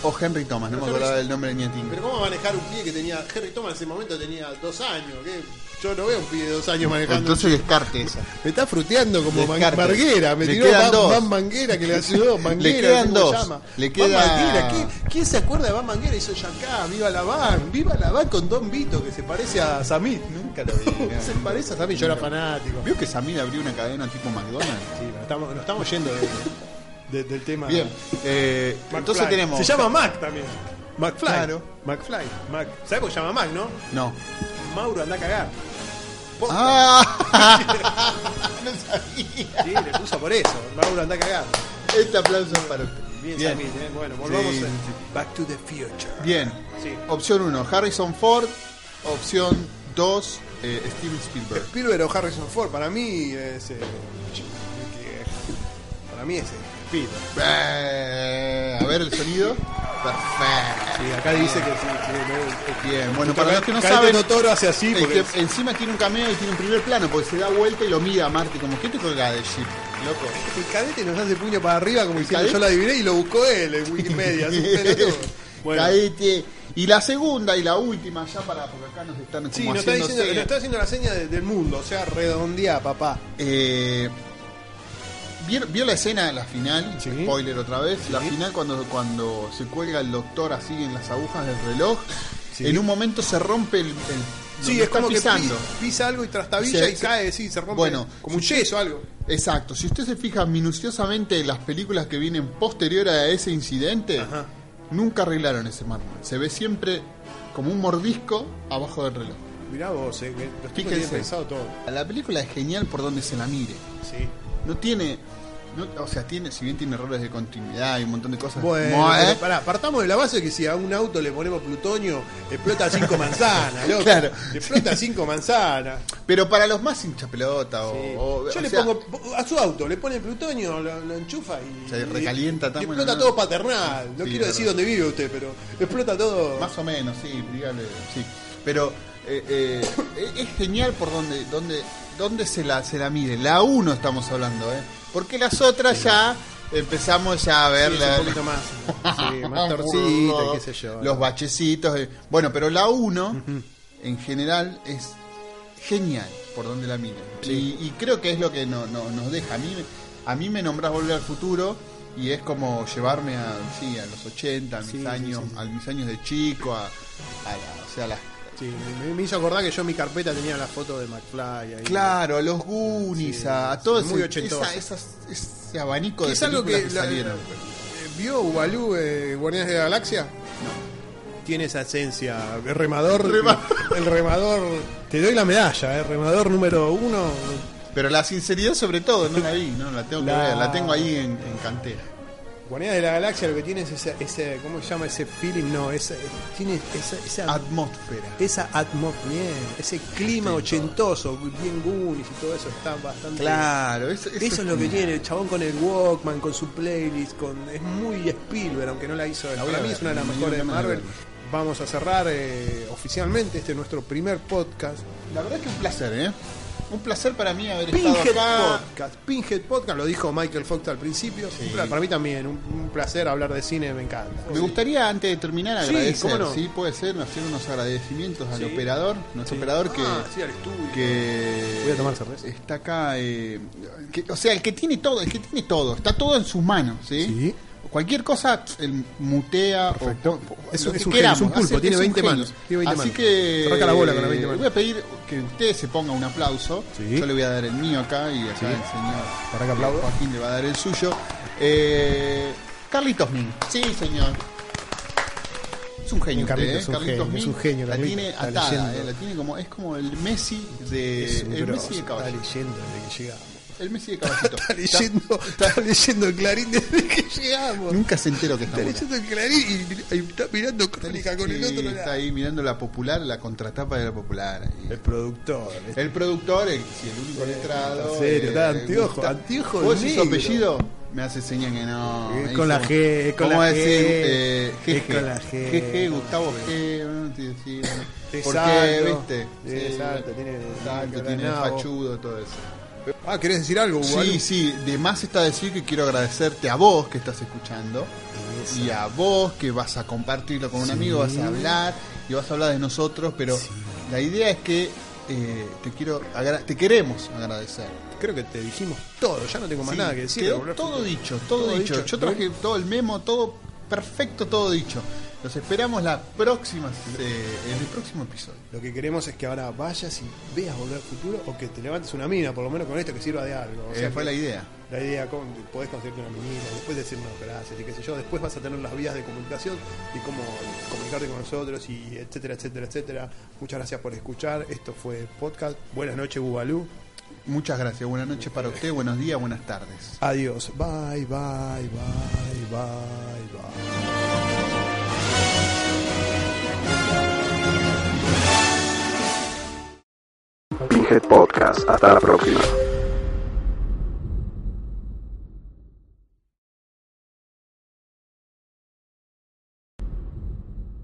Speaker 2: o Henry Thomas. No me
Speaker 1: Pero
Speaker 2: acordaba
Speaker 1: Henry-
Speaker 2: del nombre del nietín.
Speaker 1: Pero ¿cómo manejar un pie que tenía Henry Thomas en ese momento tenía dos años? ¿qué? Yo no veo un pie de dos años manejando.
Speaker 2: Entonces descarte esa.
Speaker 1: me está fruteando como man-
Speaker 2: Descarte.
Speaker 1: Manguera, me
Speaker 2: Le
Speaker 1: tiró
Speaker 2: quedan
Speaker 1: Van,
Speaker 2: dos.
Speaker 1: Van Manguera que le ayudó, Manguera.
Speaker 2: Le
Speaker 1: no sé
Speaker 2: quedan
Speaker 1: cómo
Speaker 2: dos.
Speaker 1: se llama.
Speaker 2: Le
Speaker 1: Van
Speaker 2: queda-
Speaker 1: Manguera, ¿quién, quién se acuerda de Van Manguera? Hizo Yacá, viva la Van, viva la Van con Don Vito que se parece a Samit.
Speaker 2: Nunca lo vi.
Speaker 1: se parece a Samit, yo era fanático.
Speaker 2: ¿Vio que Samir abrió una cadena tipo McDonald's?
Speaker 1: Sí, pero estamos, nos estamos yendo de- de- del tema.
Speaker 2: Bien. eh, entonces
Speaker 1: McFly.
Speaker 2: tenemos.
Speaker 1: Se llama Mac también. McFly.
Speaker 2: Claro.
Speaker 1: McFly. Mac. ¿Sabes cómo se llama Mac, no?
Speaker 2: No.
Speaker 1: Mauro, anda a cagar.
Speaker 2: ¡Ah! no sabía.
Speaker 1: Sí, le puso por eso. Mauro, anda a cagar.
Speaker 2: Este aplauso es para usted.
Speaker 1: Bien,
Speaker 2: Bien.
Speaker 1: Sammy, ¿eh? Bueno, volvamos
Speaker 2: Sí,
Speaker 1: a-
Speaker 2: sí.
Speaker 1: Back to the Future.
Speaker 2: Bien.
Speaker 1: Sí.
Speaker 2: Opción 1, Harrison Ford. Opción 2, Steven Spielberg.
Speaker 1: Spielberg o Harrison Ford, para mí es. eh, que- para mí es eh, Spielberg.
Speaker 2: Eh, a ver el sonido. Perfecto.
Speaker 1: Sí, acá dice que sí. sí, me-
Speaker 2: Bien, bueno, para los que no
Speaker 1: Cadete
Speaker 2: saben,
Speaker 1: Totoro hace así
Speaker 2: el
Speaker 1: porque
Speaker 2: que encima tiene un cameo y tiene un primer plano, porque se da vuelta y lo mira a Marty como, ¿qué te colgás de Jeep, loco?
Speaker 1: el cadete nos hace puño para arriba como diciendo
Speaker 2: cadete-
Speaker 1: yo la adiviné y lo buscó él en Wikipedia. es un pelotudo. Bueno.
Speaker 2: Cadete. Y la segunda y la última, ya para, porque acá nos están como
Speaker 1: Sí, nos está,
Speaker 2: haciendo
Speaker 1: diciendo, nos
Speaker 2: señas.
Speaker 1: está haciendo la seña de- del mundo, o sea, redondea, papá.
Speaker 2: Eh, ¿Vio, vio la escena, la final?
Speaker 1: Sí.
Speaker 2: Spoiler otra vez. La final cuando, cuando se cuelga el doctor así en las agujas del reloj.
Speaker 1: Sí.
Speaker 2: En un momento se rompe el... el-
Speaker 1: Sí,
Speaker 2: donde
Speaker 1: es
Speaker 2: está
Speaker 1: como
Speaker 2: pisando.
Speaker 1: que pi- pisa algo y trastabilla
Speaker 2: Se-
Speaker 1: y cae, sí, se rompe.
Speaker 2: Bueno,
Speaker 1: como un yeso algo.
Speaker 2: Exacto. Si usted se fija minuciosamente en las películas que vienen posterior a ese incidente,
Speaker 1: Ajá.
Speaker 2: nunca arreglaron ese mármol. Se ve siempre como un mordisco abajo del reloj.
Speaker 1: Mirá vos, eh, que los tipos
Speaker 2: Fíjense.
Speaker 1: tienen pensado todo.
Speaker 2: La película es genial por donde se la mire.
Speaker 1: Sí.
Speaker 2: No tiene... no- o sea, tiene, si bien tiene errores de continuidad y un montón de cosas.
Speaker 1: Bueno,
Speaker 2: mo- ¿eh?
Speaker 1: pero pará, partamos de la base que si a un auto le ponemos plutonio, explota cinco manzanas, loco.
Speaker 2: Claro.
Speaker 1: Explota cinco manzanas.
Speaker 2: Pero para los más hinchapelota o, o-
Speaker 1: Yo
Speaker 2: o
Speaker 1: le
Speaker 2: sea,
Speaker 1: pongo a su auto, le pone plutonio, lo, lo enchufa y.
Speaker 2: Se recalienta,
Speaker 1: y
Speaker 2: está bueno,
Speaker 1: explota
Speaker 2: ¿no?
Speaker 1: todo paternal. No
Speaker 2: Sí,
Speaker 1: quiero
Speaker 2: es
Speaker 1: decir
Speaker 2: verdad.
Speaker 1: dónde vive usted, pero explota todo.
Speaker 2: más o menos, sí, dígale, sí. Pero eh, eh, es- es genial por donde donde donde se la se la mide. La 1 estamos hablando, ¿eh? Porque las otras ya empezamos ya a ver
Speaker 1: Sí,
Speaker 2: la-
Speaker 1: un poquito más. Sí, Eh, más torcita, qué sé yo.
Speaker 2: los bachecitos. eh. Bueno, pero la 1, en general, es genial por donde la miren. Y, y creo que es lo que no- no- nos deja. A mí, a mí me nombras Volver al Futuro y es como llevarme a, sí, a los 80, a mis,
Speaker 1: Sí, sí,
Speaker 2: años,
Speaker 1: sí, sí.
Speaker 2: a mis años de chico, a, a la- o sea, las-
Speaker 1: Sí, me, me hizo acordar que yo en mi carpeta tenía la foto de McFly ahí.
Speaker 2: Claro, a los Goonies,
Speaker 1: Sí,
Speaker 2: a, a
Speaker 1: sí,
Speaker 2: todo
Speaker 1: muy
Speaker 2: ese,
Speaker 1: ochentoso.
Speaker 2: esa- esas- ese abanico
Speaker 1: Que
Speaker 2: de
Speaker 1: es algo que,
Speaker 2: películas que
Speaker 1: la-
Speaker 2: salieron.
Speaker 1: eh, vio Ubalú eh, Guardianes de la Galaxia. Tiene esa esencia. El remador.
Speaker 2: Rema-
Speaker 1: El remador. Te doy la medalla, eh, remador número uno.
Speaker 2: Pero la sinceridad sobre todo, no la vi, no la tengo que
Speaker 1: La-
Speaker 2: ver, la tengo ahí en, en cantera.
Speaker 1: Guardianes de la Galaxia lo que tiene es ese, ese- ¿cómo se llama ese feeling? No, esa- tiene esa, esa,
Speaker 2: Atmósfera.
Speaker 1: esa atmósfera, ese clima ochentoso, bien Goonies y todo eso está bastante.
Speaker 2: Claro, eso,
Speaker 1: Eso, es lo que tiene el chabón con el Walkman, con su playlist, con es muy Spielberg, aunque no la hizo él.
Speaker 2: La voy
Speaker 1: Para
Speaker 2: a
Speaker 1: mí
Speaker 2: ver,
Speaker 1: es una de las
Speaker 2: me
Speaker 1: mejores de
Speaker 2: dieron ganas de
Speaker 1: Marvel. Vamos a cerrar eh, oficialmente este nuestro primer podcast.
Speaker 2: La verdad es que un placer, ¿eh? Un placer para mí haber
Speaker 1: Pinhead
Speaker 2: estado acá.
Speaker 1: Podcast. Pinhead Podcast, lo dijo Michael Fox al principio. Un pla- Para mí también, un, un placer hablar de cine, me encanta.
Speaker 2: Me gustaría antes de terminar
Speaker 1: Sí,
Speaker 2: agradecer,
Speaker 1: cómo no.
Speaker 2: sí, puede ser, hacer unos agradecimientos al operador, nuestro operador que,
Speaker 1: Ah, sí, al estudio.
Speaker 2: que
Speaker 1: Voy a tomar cerveza.
Speaker 2: está acá, eh, que- o sea, el que tiene todo, el que tiene todo, está todo en sus manos, ¿sí?
Speaker 1: Sí.
Speaker 2: Cualquier cosa el mutea
Speaker 1: Perfecto.
Speaker 2: o- o-
Speaker 1: Es
Speaker 2: lo
Speaker 1: un-
Speaker 2: que
Speaker 1: es un
Speaker 2: queramos,
Speaker 1: genio, es un pulpo,
Speaker 2: hace-
Speaker 1: tiene
Speaker 2: es un
Speaker 1: 20
Speaker 2: genio.
Speaker 1: manos, tiene 20
Speaker 2: Así
Speaker 1: manos.
Speaker 2: que
Speaker 1: Arranca la bola con las 20 manos.
Speaker 2: Eh, voy a pedir que usted se ponga un aplauso.
Speaker 1: Sí.
Speaker 2: Yo le voy a dar el mío acá y acá el señor
Speaker 1: Para que aplauda.
Speaker 2: Joaquín le va a dar el suyo. Eh, Carlitos Min. Sí, señor. Es un genio,
Speaker 1: Un Carlitos,
Speaker 2: usted, ¿eh?
Speaker 1: es un genio, es
Speaker 2: Carlitos Min
Speaker 1: un genio,
Speaker 2: La
Speaker 1: Carlitos,
Speaker 2: tiene
Speaker 1: la
Speaker 2: atada,
Speaker 1: leyenda.
Speaker 2: eh, la tiene como es como el Messi de
Speaker 1: Es un
Speaker 2: el
Speaker 1: grosso,
Speaker 2: Messi de
Speaker 1: está
Speaker 2: caballito.
Speaker 1: leyendo desde que llegamos.
Speaker 2: El Messi de caballito.
Speaker 1: Está leyendo, está leyendo el clarín desde que llegamos.
Speaker 2: Nunca se entero que está
Speaker 1: Está leyendo el clarín y, y está mirando crónica con el otro
Speaker 2: Está
Speaker 1: lado.
Speaker 2: ahí mirando la popular, la contratapa de la popular. ahí.
Speaker 1: El productor. este.
Speaker 2: El productor, el, sí, el único letrado.
Speaker 1: en serio, está anteojo,
Speaker 2: Gustavo-
Speaker 1: anteojo
Speaker 2: ¿Vos decís su
Speaker 1: negro.
Speaker 2: apellido? Me hace señas que no.
Speaker 1: Eh,
Speaker 2: me
Speaker 1: con la
Speaker 2: hizo-
Speaker 1: G, es con
Speaker 2: ¿Cómo
Speaker 1: la
Speaker 2: decir?
Speaker 1: G,
Speaker 2: Eh,
Speaker 1: es
Speaker 2: GG.
Speaker 1: con la G,
Speaker 2: GG,
Speaker 1: con
Speaker 2: Gustavo G. bueno, te decía,
Speaker 1: Te
Speaker 2: Porque,
Speaker 1: salto.
Speaker 2: viste.
Speaker 1: Sí, salto, tiene-
Speaker 2: Salto,
Speaker 1: tiene
Speaker 2: tiene
Speaker 1: nabo.
Speaker 2: fachudo, todo eso.
Speaker 1: Ah, ¿querés decir algo, Hugo?
Speaker 2: Sí, sí, de más está decir que quiero agradecerte a vos que estás escuchando y a vos que vas a compartirlo con un amigo, vas a hablar y vas a hablar de nosotros, pero la idea es que eh, te quiero agra- te queremos agradecer.
Speaker 1: Creo que te dijimos todo, ya no tengo más
Speaker 2: Sí,
Speaker 1: nada que decir.
Speaker 2: quedó
Speaker 1: pero-
Speaker 2: todo dicho, todo,
Speaker 1: Todo
Speaker 2: dicho.
Speaker 1: dicho.
Speaker 2: Yo traje todo el memo, todo perfecto, todo dicho. Los esperamos la próxima, eh, en el próximo episodio.
Speaker 1: Lo que queremos es que ahora vayas y veas volver al futuro o que te levantes una mina, por lo menos con esto que sirva de algo. O
Speaker 2: Eh, fue
Speaker 1: que
Speaker 2: la idea.
Speaker 1: La idea, con, podés conseguirte una minita, después decirnos gracias y qué sé yo, después vas a tener las vías de comunicación y cómo comunicarte con nosotros y etcétera, etcétera, etcétera. Muchas gracias por escuchar, esto fue podcast. Buenas noches, Bubalú.
Speaker 2: Muchas gracias, buenas noches para usted, buenos días, buenas tardes.
Speaker 1: Adiós. Bye, bye, bye, bye, bye.
Speaker 6: Pinhead Podcast. Hasta la próxima.